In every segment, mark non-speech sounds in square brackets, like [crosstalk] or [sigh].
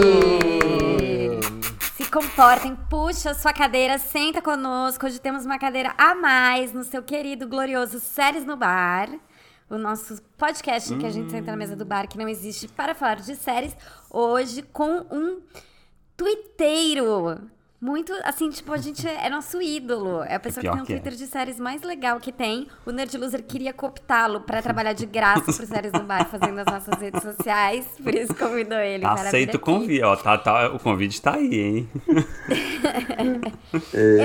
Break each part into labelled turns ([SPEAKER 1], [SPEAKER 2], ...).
[SPEAKER 1] Aê!
[SPEAKER 2] Aê!
[SPEAKER 1] Se comportem, puxa sua cadeira, senta conosco. Hoje temos uma cadeira a mais no seu querido, glorioso Séries no Bar. O nosso podcast em que a gente senta na mesa do bar, que não existe, para falar de séries. Hoje com um twitteiro. Muito, assim, tipo, a gente é é nosso ídolo. É a pessoa que
[SPEAKER 2] Pior
[SPEAKER 1] tem um
[SPEAKER 2] que é.
[SPEAKER 1] Twitter de séries mais legal que tem. O Nerd Loser queria cooptá-lo para trabalhar de graça pro Séries no Bar, fazendo as nossas redes sociais. Por isso convidou ele.
[SPEAKER 2] Tá
[SPEAKER 1] para vir
[SPEAKER 2] aceito o
[SPEAKER 1] aqui.
[SPEAKER 2] convite, ó. Tá, tá, o convite tá aí, hein?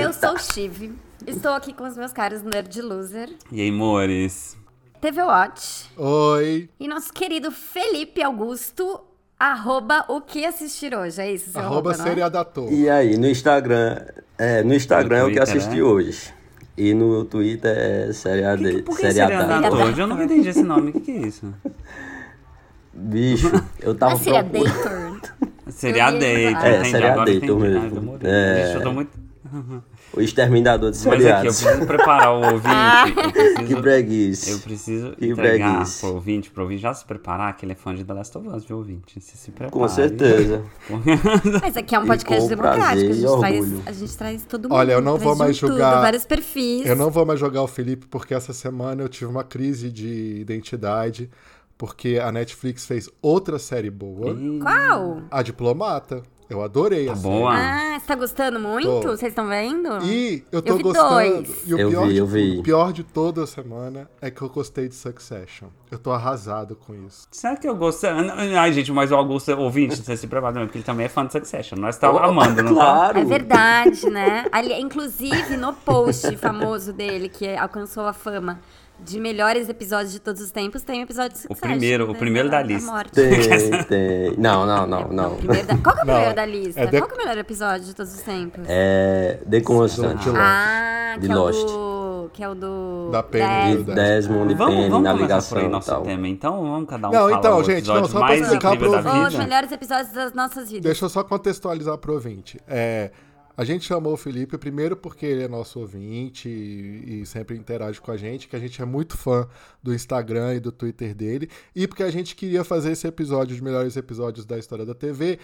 [SPEAKER 1] Eu sou o Chive. Estou aqui com os meus caros Nerd Loser,
[SPEAKER 2] E aí, mores?
[SPEAKER 1] TV Watch
[SPEAKER 3] Oi,
[SPEAKER 1] e nosso querido Felipe Augusto, arroba o que assistir hoje. É isso, seu
[SPEAKER 3] arroba
[SPEAKER 1] arroba, não é?
[SPEAKER 3] seriadator.
[SPEAKER 4] E aí, no Instagram, é, no Instagram
[SPEAKER 2] No
[SPEAKER 4] é o que
[SPEAKER 2] Twitter,
[SPEAKER 4] assisti
[SPEAKER 2] né?
[SPEAKER 4] hoje. E no Twitter é seriada,
[SPEAKER 2] Que que- por que
[SPEAKER 4] seriadada.
[SPEAKER 2] seriadado
[SPEAKER 1] Seriadado.
[SPEAKER 2] hoje? Eu nunca entendi esse nome. O que, que é isso?
[SPEAKER 4] Bicho, eu
[SPEAKER 1] Não é
[SPEAKER 4] tava
[SPEAKER 1] seria
[SPEAKER 4] procurando.
[SPEAKER 1] Dator?
[SPEAKER 2] Seriadator.
[SPEAKER 1] É,
[SPEAKER 2] entendi,
[SPEAKER 4] seriadator
[SPEAKER 2] agora entendi.
[SPEAKER 4] mesmo.
[SPEAKER 2] Ai, demorei.
[SPEAKER 4] É.
[SPEAKER 2] Bicho, eu tô muito...
[SPEAKER 4] O exterminador de
[SPEAKER 2] Mas aqui, eu
[SPEAKER 4] seriados.
[SPEAKER 2] preciso preparar o ouvinte. Eu
[SPEAKER 4] Ah, Que
[SPEAKER 2] preciso...
[SPEAKER 4] preguiça.
[SPEAKER 2] Eu preciso
[SPEAKER 4] Que
[SPEAKER 2] entregar
[SPEAKER 4] preguiça.
[SPEAKER 2] pro ouvinte, pro ouvinte já se preparar, que ele é fã de The Last of Us, viu, ouvinte? Se se prepare.
[SPEAKER 4] Com certeza.
[SPEAKER 1] Mas aqui é
[SPEAKER 3] [laughs]
[SPEAKER 1] um
[SPEAKER 4] E
[SPEAKER 1] podcast
[SPEAKER 4] com
[SPEAKER 1] democrático. A
[SPEAKER 4] prazer e
[SPEAKER 1] gente,
[SPEAKER 4] orgulho.
[SPEAKER 1] traz, a gente traz todo mundo.
[SPEAKER 3] Olha, eu não
[SPEAKER 1] traz
[SPEAKER 3] vou
[SPEAKER 1] de
[SPEAKER 3] mais
[SPEAKER 1] tudo,
[SPEAKER 3] julgar-
[SPEAKER 1] vários perfis.
[SPEAKER 3] Eu não vou mais jogar o Felipe porque essa semana eu tive uma crise de identidade, porque a Netflix fez outra série boa,
[SPEAKER 1] Hum. Qual?
[SPEAKER 3] a Diplomata. Eu adorei assim.
[SPEAKER 2] Tá
[SPEAKER 3] a série.
[SPEAKER 2] boa.
[SPEAKER 1] Ah, você tá gostando muito?
[SPEAKER 3] Tô.
[SPEAKER 1] Vocês estão vendo?
[SPEAKER 3] E eu tô
[SPEAKER 1] Eu vi
[SPEAKER 3] gostando.
[SPEAKER 1] dois.
[SPEAKER 3] E o
[SPEAKER 4] Eu
[SPEAKER 3] pior
[SPEAKER 4] vi,
[SPEAKER 3] de,
[SPEAKER 4] eu vi.
[SPEAKER 3] o pior de toda a semana é que eu gostei de Succession. Eu tô arrasado com isso.
[SPEAKER 2] Será que eu gosto? Ai, gente, mas o Augusto, ouvinte, você se prepara também, porque ele também é fã de Succession. Nós estamos amando, [laughs]
[SPEAKER 4] [laughs]
[SPEAKER 2] não tá?
[SPEAKER 4] Claro.
[SPEAKER 1] É verdade, né?
[SPEAKER 2] [laughs]
[SPEAKER 1] Ali- inclusive, no post famoso dele, que alcançou a fama de melhores episódios de todos os tempos, tem um episódio de Succession,
[SPEAKER 2] primeiro, o
[SPEAKER 1] né?
[SPEAKER 2] primeiro da lista.
[SPEAKER 1] morte.
[SPEAKER 4] Tem, tem. Não, não, não,
[SPEAKER 1] Não, o
[SPEAKER 4] não.
[SPEAKER 1] primeiro da- Qual que é o
[SPEAKER 3] Não,
[SPEAKER 1] primeiro da
[SPEAKER 3] é
[SPEAKER 1] lista?
[SPEAKER 3] The-
[SPEAKER 1] Qual que é o melhor episódio de todos os tempos?
[SPEAKER 4] É. The Constant.
[SPEAKER 3] Lost.
[SPEAKER 1] ah, que
[SPEAKER 4] The
[SPEAKER 1] é o
[SPEAKER 4] Lost.
[SPEAKER 1] do... Que é o do...
[SPEAKER 3] Da Penny
[SPEAKER 1] Death.
[SPEAKER 3] e do
[SPEAKER 4] De Desmond,
[SPEAKER 2] Vamos, vamos começar
[SPEAKER 4] Penny,
[SPEAKER 2] por
[SPEAKER 4] navegação
[SPEAKER 2] aí
[SPEAKER 4] e
[SPEAKER 2] nosso
[SPEAKER 4] tal.
[SPEAKER 2] tema, então vamos cada um
[SPEAKER 3] Não,
[SPEAKER 2] falar
[SPEAKER 3] então,
[SPEAKER 2] é o
[SPEAKER 3] gente,
[SPEAKER 2] episódio
[SPEAKER 3] não, só pra
[SPEAKER 2] mais
[SPEAKER 3] explicar
[SPEAKER 2] incrível
[SPEAKER 3] pro
[SPEAKER 2] da
[SPEAKER 1] Os
[SPEAKER 2] vida.
[SPEAKER 1] melhores episódios das nossas vidas.
[SPEAKER 3] Deixa eu só contextualizar pro ouvinte. É, a gente chamou o Felipe, primeiro porque ele é nosso ouvinte e, e sempre interage com a gente, que a gente é muito fã do Instagram e do Twitter dele, e porque a gente queria fazer esse episódio de melhores episódios da história da TV,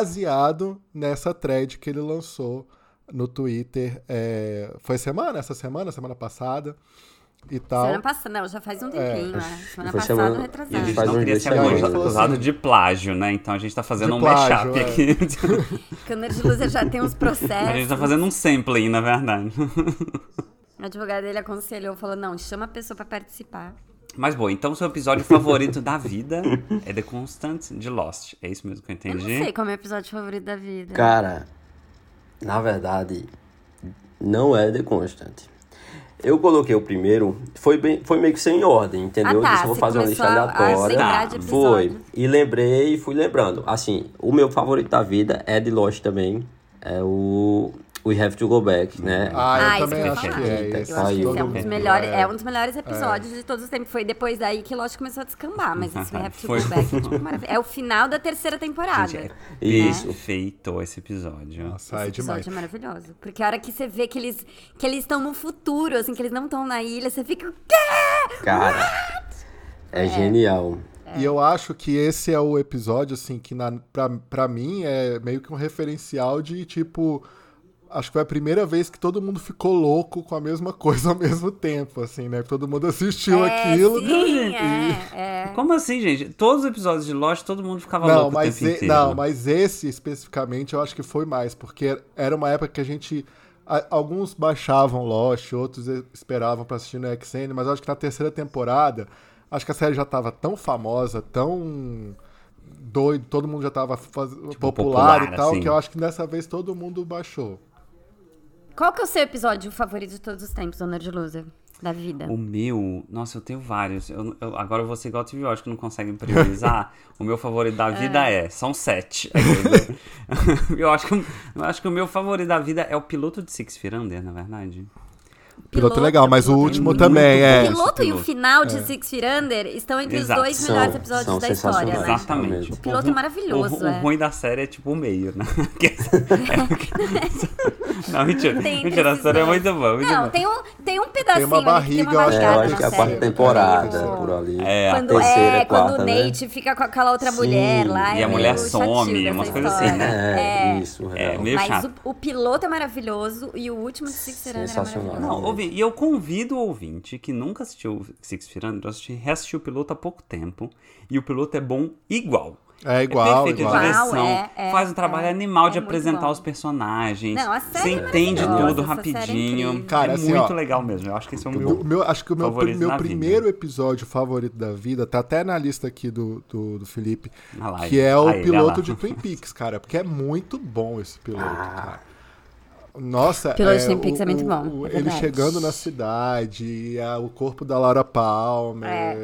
[SPEAKER 3] baseado nessa thread que ele lançou no Twitter. é, foi semana? Essa semana? Semana passada? E tal.
[SPEAKER 1] Semana passada, não, já faz um tempinho, né? Semana
[SPEAKER 4] Foi
[SPEAKER 1] passada,
[SPEAKER 4] semana-
[SPEAKER 1] ou
[SPEAKER 2] E a
[SPEAKER 1] retrasada.
[SPEAKER 2] gente
[SPEAKER 4] Faz um
[SPEAKER 2] não
[SPEAKER 4] uns
[SPEAKER 2] queria
[SPEAKER 4] dois
[SPEAKER 2] ser muito
[SPEAKER 3] semanas.
[SPEAKER 2] acusado de plágio, né? Então a gente tá fazendo
[SPEAKER 3] De
[SPEAKER 2] um
[SPEAKER 3] plágio,
[SPEAKER 2] mashup
[SPEAKER 3] é.
[SPEAKER 2] aqui. [laughs]
[SPEAKER 1] Porque o Nerd Loser já tem uns processos.
[SPEAKER 2] a gente tá fazendo um sampling, na verdade.
[SPEAKER 1] O advogado dele aconselhou, falou: não, chama a pessoa pra participar.
[SPEAKER 2] Mas bom, então seu episódio favorito da vida é The Constant de Lost. É isso mesmo que eu
[SPEAKER 1] Eu não
[SPEAKER 2] entendi.
[SPEAKER 1] sei qual é o meu episódio favorito da vida.
[SPEAKER 4] Cara, na verdade, não é The Constant. Eu coloquei o primeiro, foi, bem, foi meio que sem ordem, entendeu?
[SPEAKER 1] Ah, tá,
[SPEAKER 4] Eu disse, vou
[SPEAKER 1] você
[SPEAKER 4] fazer uma
[SPEAKER 1] começou
[SPEAKER 4] lista
[SPEAKER 1] a- a
[SPEAKER 4] aleatória. Tá.
[SPEAKER 1] lembrar de
[SPEAKER 4] foi.
[SPEAKER 1] episódios.
[SPEAKER 4] E lembrei e fui lembrando. Assim, o meu favorito da vida é de Lost também. É o We Have to Go Back, né?
[SPEAKER 3] Ah,
[SPEAKER 1] Ah,
[SPEAKER 3] eu
[SPEAKER 1] isso
[SPEAKER 3] também
[SPEAKER 1] que eu
[SPEAKER 3] acho
[SPEAKER 1] ia
[SPEAKER 3] que
[SPEAKER 1] falar.
[SPEAKER 3] é.
[SPEAKER 4] Eu
[SPEAKER 3] esse
[SPEAKER 1] Eu acho que
[SPEAKER 4] Saiu
[SPEAKER 1] esse é um
[SPEAKER 4] do-
[SPEAKER 1] dos
[SPEAKER 3] mundo-
[SPEAKER 1] melhores,
[SPEAKER 3] é.
[SPEAKER 1] é um dos melhores episódios de todos os tempos. Foi depois daí que Lost começou a descambar, mas esse We Have to Go
[SPEAKER 2] Foi.
[SPEAKER 1] Back é, tipo, maravilhoso. é o final da terceira temporada.
[SPEAKER 2] Gente, é
[SPEAKER 4] Isso.
[SPEAKER 2] perfeito esse episódio.
[SPEAKER 3] Nossa, é
[SPEAKER 1] Esse
[SPEAKER 3] demais.
[SPEAKER 1] episódio é maravilhoso. Porque a hora que você vê que eles que eles estão no futuro, assim, que eles não estão na ilha, você fica. "O quê?"
[SPEAKER 4] Cara, é genial.
[SPEAKER 3] E eu acho que esse é o episódio, assim, que na, pra, pra mim é meio que um referencial de tipo. Acho que foi a primeira vez que todo mundo ficou louco com a mesma [laughs] coisa ao mesmo tempo, assim, né? Todo mundo assistiu aquilo. [laughs]
[SPEAKER 1] Sim, é, é.
[SPEAKER 2] Como assim, gente? Todos os episódios de Lost, todo mundo ficava
[SPEAKER 3] Não
[SPEAKER 2] louco o
[SPEAKER 3] mas,
[SPEAKER 2] tempo
[SPEAKER 3] e-
[SPEAKER 2] inteiro.
[SPEAKER 3] não, mas esse especificamente eu acho que foi mais, porque era uma época que a gente. a- alguns baixavam Lost, outros e- esperavam pra assistir no XN, mas eu acho que na terceira temporada, acho que a série já tava tão famosa, tão doido, todo mundo já tava faz- popular,
[SPEAKER 2] Tipo, popular,
[SPEAKER 3] e tal,
[SPEAKER 2] assim.
[SPEAKER 3] que eu acho que dessa vez todo mundo baixou.
[SPEAKER 1] Qual que é o seu episódio favorito de todos os tempos, Honor de Loser? Da vida?
[SPEAKER 2] O meu, nossa, eu tenho vários. Eu, eu- agora eu vou ser igual a TV, acho que não conseguem
[SPEAKER 1] [laughs]
[SPEAKER 2] priorizar. o meu favorito da vida é. são sete. [laughs] eu, acho que, eu acho que o meu favorito da vida é o piloto de Six Feet Under, na verdade.
[SPEAKER 3] Piloto, é legal, mas o último
[SPEAKER 2] muito
[SPEAKER 3] também
[SPEAKER 2] bom.
[SPEAKER 1] O
[SPEAKER 3] é.
[SPEAKER 1] piloto e o
[SPEAKER 2] piloto.
[SPEAKER 1] final de Six Feet Under estão entre
[SPEAKER 2] Exato.
[SPEAKER 1] os dois
[SPEAKER 4] São-
[SPEAKER 1] melhores episódios
[SPEAKER 4] são
[SPEAKER 1] da história, né?
[SPEAKER 4] sensacionais. É
[SPEAKER 2] Exatamente.
[SPEAKER 4] mesmo.
[SPEAKER 1] O piloto
[SPEAKER 2] ru-
[SPEAKER 1] maravilhoso,
[SPEAKER 2] O, ru-
[SPEAKER 1] é. [laughs]
[SPEAKER 2] [laughs] o ruim da série é tipo o meio, né? Que é- é o que- Não, mentira.
[SPEAKER 1] Tem
[SPEAKER 2] mentira, a
[SPEAKER 1] esses
[SPEAKER 2] história é
[SPEAKER 1] dois.
[SPEAKER 2] muito boa, muito
[SPEAKER 1] Não,
[SPEAKER 2] boa.
[SPEAKER 1] tem um, tem um pedacinho.
[SPEAKER 3] uma
[SPEAKER 1] ali que
[SPEAKER 3] barriga, eu acho
[SPEAKER 4] É,
[SPEAKER 3] Cada
[SPEAKER 4] eu
[SPEAKER 1] barrigada
[SPEAKER 4] acho
[SPEAKER 1] na
[SPEAKER 4] que é a
[SPEAKER 1] série.
[SPEAKER 4] quarta temporada,
[SPEAKER 1] Tipo,
[SPEAKER 4] por ali.
[SPEAKER 2] É, a
[SPEAKER 1] quando,
[SPEAKER 4] terceira,
[SPEAKER 1] é,
[SPEAKER 4] quarta,
[SPEAKER 1] quando o
[SPEAKER 4] né?
[SPEAKER 1] Nate fica com aquela outra
[SPEAKER 4] Sim.
[SPEAKER 1] mulher lá.
[SPEAKER 2] E
[SPEAKER 1] é
[SPEAKER 2] a mulher
[SPEAKER 1] meio
[SPEAKER 2] some,
[SPEAKER 1] chatinho essa
[SPEAKER 2] umas coisas assim,
[SPEAKER 1] história.
[SPEAKER 4] É,
[SPEAKER 1] É.
[SPEAKER 4] isso,
[SPEAKER 2] É,
[SPEAKER 4] real.
[SPEAKER 2] meio
[SPEAKER 1] Mas
[SPEAKER 2] chato.
[SPEAKER 1] o, o piloto é maravilhoso e o último de Six Feet Under é
[SPEAKER 4] Sensacional.
[SPEAKER 1] maravilhoso.
[SPEAKER 2] Não, ouvi, e eu convido o ouvinte que nunca assistiu Six Feet Under, eu assisti, reassisti o piloto há pouco tempo, e o piloto é bom igual.
[SPEAKER 3] É igual,
[SPEAKER 2] Perfeita
[SPEAKER 3] igual.
[SPEAKER 1] demais.
[SPEAKER 2] direção,
[SPEAKER 1] Uau, é, é,
[SPEAKER 2] faz um trabalho
[SPEAKER 1] é,
[SPEAKER 2] animal de
[SPEAKER 1] é muito
[SPEAKER 2] apresentar
[SPEAKER 1] bom.
[SPEAKER 2] os personagens,
[SPEAKER 1] Não, a série
[SPEAKER 2] você
[SPEAKER 1] é
[SPEAKER 2] entende
[SPEAKER 4] maravilhosa,
[SPEAKER 2] tudo
[SPEAKER 1] essa série é
[SPEAKER 2] rapidinho,
[SPEAKER 1] incrível.
[SPEAKER 3] Cara,
[SPEAKER 2] é
[SPEAKER 3] assim,
[SPEAKER 2] muito
[SPEAKER 3] ó,
[SPEAKER 2] legal mesmo, eu acho que esse é o
[SPEAKER 3] O
[SPEAKER 2] meu...
[SPEAKER 3] meu, acho que o meu,
[SPEAKER 2] Favorito
[SPEAKER 3] meu
[SPEAKER 2] na vida.
[SPEAKER 3] primeiro episódio favorito da vida tá até na lista aqui do, do, do Felipe,
[SPEAKER 2] Na live.
[SPEAKER 3] que é o
[SPEAKER 2] Ah, ele, olha lá. Ah.
[SPEAKER 3] piloto de Twin Peaks, cara, porque é muito bom esse piloto, cara. Nossa,
[SPEAKER 1] Piloto
[SPEAKER 3] é,
[SPEAKER 1] de Twin Peaks é muito bom, é
[SPEAKER 3] ele
[SPEAKER 1] verdade.
[SPEAKER 3] chegando na cidade, a- o corpo da Laura Palmer,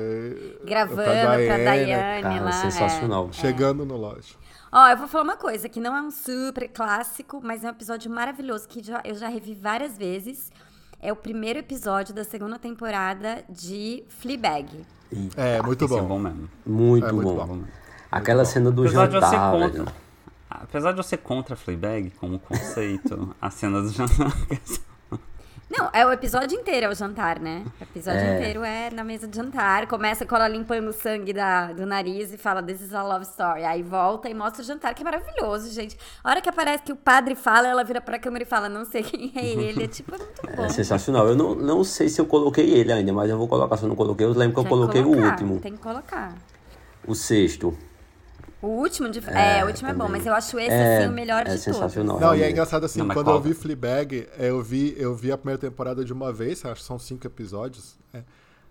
[SPEAKER 1] Gravando
[SPEAKER 3] Pra
[SPEAKER 1] pra Daiane,
[SPEAKER 3] Diana.
[SPEAKER 4] Cara,
[SPEAKER 1] lá. é.
[SPEAKER 4] sensacional.
[SPEAKER 3] chegando no lote.
[SPEAKER 1] Ó, eu vou falar uma coisa que não é um super clássico, mas é um episódio maravilhoso que já- eu já revi várias vezes. É o primeiro episódio da segunda temporada de Fleabag.
[SPEAKER 4] E
[SPEAKER 3] É, muito
[SPEAKER 2] Esse é
[SPEAKER 3] bom.
[SPEAKER 2] bom mesmo.
[SPEAKER 4] muito,
[SPEAKER 3] É muito
[SPEAKER 4] bom.
[SPEAKER 3] bom.
[SPEAKER 4] Aquela cena do
[SPEAKER 2] Apesar de eu ser
[SPEAKER 4] jantar,
[SPEAKER 2] contra.
[SPEAKER 4] velho.
[SPEAKER 2] Apesar de eu ser contra a Fleabag como conceito,
[SPEAKER 3] [laughs]
[SPEAKER 2] a cena do jantar.
[SPEAKER 1] Não, é o episódio inteiro é o jantar, né? O episódio
[SPEAKER 4] É.
[SPEAKER 1] inteiro é na mesa de jantar. Começa com ela limpando o sangue da, do nariz e fala, this is a love story. Aí volta e mostra o jantar, que é maravilhoso, gente. A hora que aparece que o padre fala, ela vira pra câmera e fala, não sei quem é ele. É tipo, é muito bom.
[SPEAKER 4] É sensacional. Eu não, não sei se eu coloquei ele ainda, mas eu vou colocar. Se eu não coloquei, eu lembro que eu
[SPEAKER 1] Tem que
[SPEAKER 4] coloquei o
[SPEAKER 1] colocar,
[SPEAKER 4] último.
[SPEAKER 1] Tem que colocar.
[SPEAKER 4] O sexto.
[SPEAKER 1] O último de... É, o último é bom,
[SPEAKER 4] também.
[SPEAKER 1] mas eu acho esse,
[SPEAKER 4] É,
[SPEAKER 1] assim, o melhor
[SPEAKER 4] é
[SPEAKER 1] de todos.
[SPEAKER 4] sensacional.
[SPEAKER 3] Não, e é
[SPEAKER 4] realmente.
[SPEAKER 3] engraçado assim,
[SPEAKER 2] Não, mas
[SPEAKER 3] quando
[SPEAKER 2] qual?
[SPEAKER 3] eu vi Fleabag, é, eu vi, eu vi a primeira temporada de uma vez, acho que são cinco episódios. é.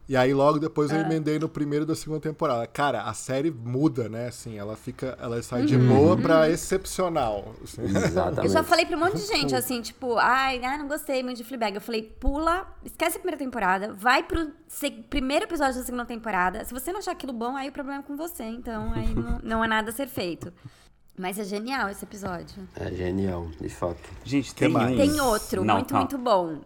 [SPEAKER 3] E aí logo depois
[SPEAKER 1] Ah.
[SPEAKER 3] eu emendei no primeiro da segunda temporada. Cara, a série muda, né? Assim, ela fica, ela sai de
[SPEAKER 1] Uhum.
[SPEAKER 3] boa pra excepcional. assim.
[SPEAKER 1] Eu
[SPEAKER 4] Exatamente.
[SPEAKER 1] já falei pra um monte de gente, assim, tipo, ai, ah, não gostei muito de Fleabag. Eu falei, pula, esquece a primeira temporada, vai pro se- primeiro episódio da segunda temporada. Se você não achar aquilo bom, aí o problema é com você. Então, aí não, não há nada a ser feito. Mas é genial esse episódio.
[SPEAKER 4] É genial, de fato.
[SPEAKER 2] Gente, tem
[SPEAKER 3] mais?
[SPEAKER 2] um.
[SPEAKER 1] Tem outro,
[SPEAKER 2] Não,
[SPEAKER 1] muito,
[SPEAKER 2] calma.
[SPEAKER 1] muito bom.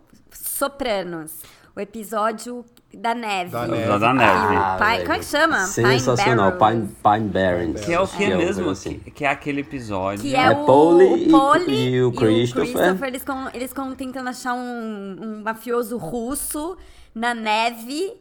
[SPEAKER 1] Sopranos. O episódio da neve.
[SPEAKER 3] Da
[SPEAKER 2] Da- da neve.
[SPEAKER 1] Ah, Pai-
[SPEAKER 4] velho.
[SPEAKER 1] como é que chama?
[SPEAKER 4] Sensacional.
[SPEAKER 1] Pine
[SPEAKER 4] Pine, Pine Barrens.
[SPEAKER 2] Que é o que
[SPEAKER 4] uma
[SPEAKER 2] mesmo?
[SPEAKER 4] coisa assim.
[SPEAKER 2] Que, que é aquele episódio.
[SPEAKER 1] Que é,
[SPEAKER 4] É
[SPEAKER 1] o
[SPEAKER 4] Pauli
[SPEAKER 1] o Pauli
[SPEAKER 4] e- e o
[SPEAKER 1] e o
[SPEAKER 4] Christopher.
[SPEAKER 1] eles estão eles estão tentando achar um, um mafioso russo na neve.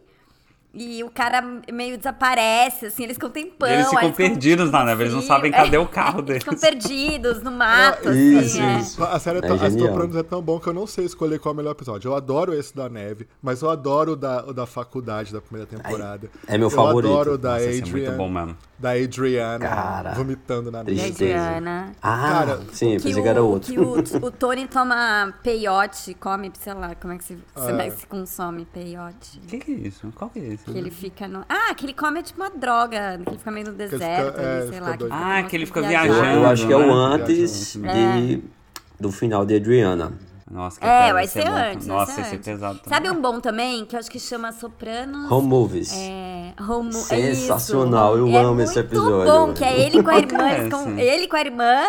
[SPEAKER 1] E o cara meio desaparece, assim, eles ficam tempão.
[SPEAKER 2] E eles ficam
[SPEAKER 1] aí
[SPEAKER 2] perdidos na neve, eles não sabem cadê o carro
[SPEAKER 1] Eles ficam
[SPEAKER 2] deles.
[SPEAKER 1] perdidos no mato,
[SPEAKER 4] Isso,
[SPEAKER 1] assim, é.
[SPEAKER 4] isso.
[SPEAKER 3] A série é
[SPEAKER 4] É
[SPEAKER 3] tão, as
[SPEAKER 4] genial.
[SPEAKER 3] Sopranos é tão bom que eu não sei escolher qual é o melhor episódio. Eu adoro esse da neve, mas eu adoro o da, o da faculdade da primeira temporada.
[SPEAKER 4] É meu
[SPEAKER 3] eu
[SPEAKER 4] favorito.
[SPEAKER 3] adoro o da
[SPEAKER 2] Nossa, esse é
[SPEAKER 3] Adrian,
[SPEAKER 2] muito bom mesmo.
[SPEAKER 3] da Adriana
[SPEAKER 4] Cara,
[SPEAKER 3] vomitando na neve.
[SPEAKER 1] E a
[SPEAKER 4] Tristeza.
[SPEAKER 1] Diana.
[SPEAKER 4] Ah,
[SPEAKER 3] Cara,
[SPEAKER 4] sim,
[SPEAKER 1] Que
[SPEAKER 4] pensei
[SPEAKER 1] o,
[SPEAKER 4] que era outro.
[SPEAKER 1] que o, o Tony toma peiote, come, sei lá, como é que se,
[SPEAKER 2] Ah.
[SPEAKER 1] como é que se consome peiote?
[SPEAKER 2] O que, que é isso? Qual que é isso?
[SPEAKER 1] Que
[SPEAKER 4] Né?
[SPEAKER 1] ele fica no. Ah, que ele come tipo uma droga, que ele fica meio no
[SPEAKER 3] ele
[SPEAKER 1] deserto,
[SPEAKER 3] fica- é,
[SPEAKER 1] ali,
[SPEAKER 3] ele
[SPEAKER 1] sei
[SPEAKER 3] fica
[SPEAKER 1] lá.
[SPEAKER 3] doido.
[SPEAKER 2] Ah, que ele fica
[SPEAKER 4] Eu,
[SPEAKER 2] viajando.
[SPEAKER 4] eu acho que é
[SPEAKER 2] né?
[SPEAKER 4] o antes de, do final de Adriana.
[SPEAKER 2] Nossa, que
[SPEAKER 1] É,
[SPEAKER 2] pena,
[SPEAKER 1] vai
[SPEAKER 2] esse
[SPEAKER 1] ser
[SPEAKER 2] bom.
[SPEAKER 1] antes. vai
[SPEAKER 2] Nossa,
[SPEAKER 1] ser
[SPEAKER 2] esse é
[SPEAKER 1] antes.
[SPEAKER 2] pesado.
[SPEAKER 1] Sabe um bom também, que eu acho que chama Sopranos?
[SPEAKER 4] Home Movies.
[SPEAKER 1] É, Home... é
[SPEAKER 4] Sensacional,
[SPEAKER 1] isso.
[SPEAKER 4] eu
[SPEAKER 1] é
[SPEAKER 4] amo esse episódio,
[SPEAKER 1] muito bom, que é ele com a irmã, eles
[SPEAKER 2] Acontece.
[SPEAKER 1] ficam- ele com a irmã,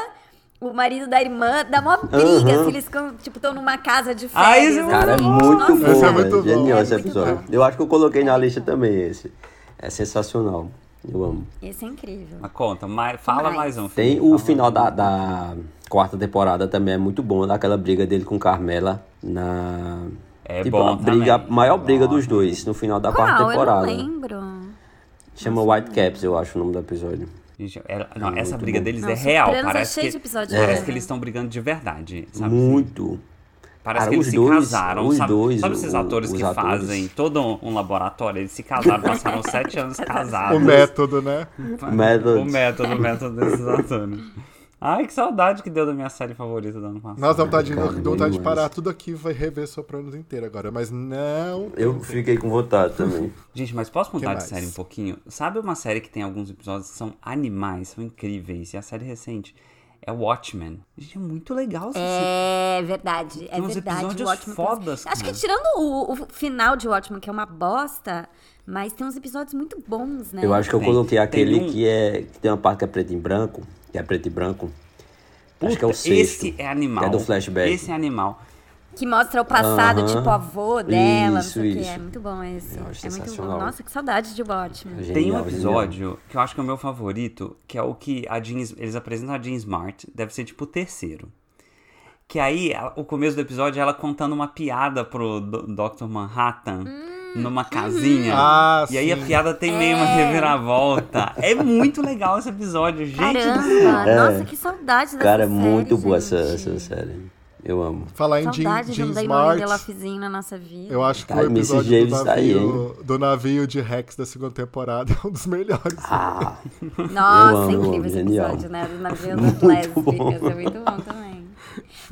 [SPEAKER 1] o marido da irmã, dá uma briga,
[SPEAKER 4] Aham.
[SPEAKER 1] assim, eles ficam, tipo, estão numa casa de
[SPEAKER 2] Ah,
[SPEAKER 1] férias.
[SPEAKER 2] isso é
[SPEAKER 4] Cara, é
[SPEAKER 1] assim.
[SPEAKER 4] muito
[SPEAKER 1] Nossa,
[SPEAKER 4] bom,
[SPEAKER 3] Esse é
[SPEAKER 4] velho.
[SPEAKER 3] muito bom.
[SPEAKER 4] Genial
[SPEAKER 1] É
[SPEAKER 4] esse
[SPEAKER 1] muito
[SPEAKER 4] episódio.
[SPEAKER 1] bom.
[SPEAKER 4] Eu acho que eu coloquei na lista também esse. É sensacional. Eu amo.
[SPEAKER 1] Esse é incrível.
[SPEAKER 2] Mas conta, mas fala
[SPEAKER 1] Mais.
[SPEAKER 2] mais um.
[SPEAKER 4] Tem
[SPEAKER 2] Felipe,
[SPEAKER 4] o
[SPEAKER 2] fala.
[SPEAKER 4] final da, da quarta temporada também é muito bom, daquela briga dele com Carmela na
[SPEAKER 2] É
[SPEAKER 4] tipo,
[SPEAKER 2] bom
[SPEAKER 4] a briga, a
[SPEAKER 2] também.
[SPEAKER 4] maior briga
[SPEAKER 2] Bom
[SPEAKER 4] dos dois no final da quarta
[SPEAKER 1] Qual? Eu não
[SPEAKER 4] temporada.
[SPEAKER 1] lembro.
[SPEAKER 4] Chama White Caps, eu acho o nome do episódio.
[SPEAKER 2] Gente, ela- não,
[SPEAKER 4] É
[SPEAKER 2] essa
[SPEAKER 4] muito
[SPEAKER 2] briga
[SPEAKER 4] bom.
[SPEAKER 2] deles
[SPEAKER 1] Não,
[SPEAKER 2] é real.
[SPEAKER 1] Sopranos é
[SPEAKER 2] Parece
[SPEAKER 1] cheio de
[SPEAKER 2] que,
[SPEAKER 1] episódio
[SPEAKER 2] parece
[SPEAKER 1] bom.
[SPEAKER 2] que eles estão brigando de verdade, sabe?
[SPEAKER 4] muito.
[SPEAKER 2] Parece
[SPEAKER 4] Cara,
[SPEAKER 2] que eles
[SPEAKER 4] os
[SPEAKER 2] se
[SPEAKER 4] dois-
[SPEAKER 2] casaram,
[SPEAKER 4] os
[SPEAKER 2] sabe?
[SPEAKER 4] dois,
[SPEAKER 2] sabe esses
[SPEAKER 4] o-
[SPEAKER 2] atores
[SPEAKER 4] os
[SPEAKER 2] que
[SPEAKER 4] atores.
[SPEAKER 2] fazem todo um, um laboratório? Eles se casaram, passaram
[SPEAKER 1] [laughs]
[SPEAKER 2] sete anos casados.
[SPEAKER 3] O método, né?
[SPEAKER 2] O
[SPEAKER 4] Método.
[SPEAKER 2] O método, o método desses atores. Ai, que saudade que deu da minha série favorita do ano passado.
[SPEAKER 3] Nossa, dá vontade,
[SPEAKER 4] Cara,
[SPEAKER 3] dá vontade de
[SPEAKER 4] demais.
[SPEAKER 3] parar tudo aqui e vai rever Sopranos inteiro agora. Mas não.
[SPEAKER 4] Eu fiquei com vontade também.
[SPEAKER 2] Gente, mas posso mudar de
[SPEAKER 3] mais?
[SPEAKER 2] série um pouquinho? Sabe uma série que tem alguns episódios que são animais, são incríveis, e a série recente é Watchmen. Gente, é muito legal essa série.
[SPEAKER 1] É verdade, é
[SPEAKER 2] Tem uns
[SPEAKER 1] verdade.
[SPEAKER 2] episódios
[SPEAKER 1] o Watchmen tem uns-
[SPEAKER 2] fodas,
[SPEAKER 1] Acho que
[SPEAKER 2] cara.
[SPEAKER 1] tirando o, o final de Watchmen, que é uma bosta, mas tem uns episódios muito bons, né?
[SPEAKER 4] Eu acho que eu
[SPEAKER 2] Tem-
[SPEAKER 4] coloquei
[SPEAKER 2] tem
[SPEAKER 4] aquele
[SPEAKER 2] um-
[SPEAKER 4] que é que tem uma parte que é preto e branco, que é preto e branco. acho que é o
[SPEAKER 2] Puta,
[SPEAKER 4] sexto.
[SPEAKER 2] Esse é animal.
[SPEAKER 4] que é do flashback.
[SPEAKER 2] Esse é animal.
[SPEAKER 1] Que mostra o passado,
[SPEAKER 4] Aham.
[SPEAKER 1] tipo, avô dela,
[SPEAKER 4] Isso,
[SPEAKER 1] não sei o que.
[SPEAKER 4] isso.
[SPEAKER 1] É muito bom esse.
[SPEAKER 4] Eu acho
[SPEAKER 1] é muito bom.
[SPEAKER 4] sensacional.
[SPEAKER 1] Nossa, que saudade de Watchmen.
[SPEAKER 4] Genial,
[SPEAKER 2] Tem um
[SPEAKER 4] genial.
[SPEAKER 2] episódio que eu acho que é o meu favorito, que é o que a Jean, eles apresentam a Jean Smart, deve ser tipo o terceiro. Que aí, a- o começo do episódio, é ela contando uma piada pro Do- Dr. Manhattan. Numa casinha.
[SPEAKER 3] Ah,
[SPEAKER 2] e aí a
[SPEAKER 3] sim.
[SPEAKER 2] piada tem meio uma reviravolta. É muito legal esse episódio, gente do céu.
[SPEAKER 1] Caramba, nossa, que saudade dessa
[SPEAKER 4] é. Cara, é
[SPEAKER 1] série,
[SPEAKER 4] muito boa
[SPEAKER 1] gente.
[SPEAKER 4] essa, essa série. Eu amo.
[SPEAKER 3] Falar em Jim,
[SPEAKER 1] Saudade de
[SPEAKER 3] Jim
[SPEAKER 1] um Damon
[SPEAKER 3] Smart.
[SPEAKER 1] Lindelofzinho na nossa vida.
[SPEAKER 3] Eu acho que
[SPEAKER 4] Tá,
[SPEAKER 3] o
[SPEAKER 4] Mrs.
[SPEAKER 3] episódio do
[SPEAKER 4] James tá aí,
[SPEAKER 3] navio, do navio de Rex da segunda temporada [laughs] é um dos melhores.
[SPEAKER 4] Ah,
[SPEAKER 1] Nossa,
[SPEAKER 4] Eu amo, eu
[SPEAKER 1] incrível
[SPEAKER 4] amo,
[SPEAKER 1] esse
[SPEAKER 4] genial.
[SPEAKER 1] episódio, né? Do
[SPEAKER 4] [laughs]
[SPEAKER 1] navio das
[SPEAKER 4] Muito
[SPEAKER 1] lésbicas. É muito bom também.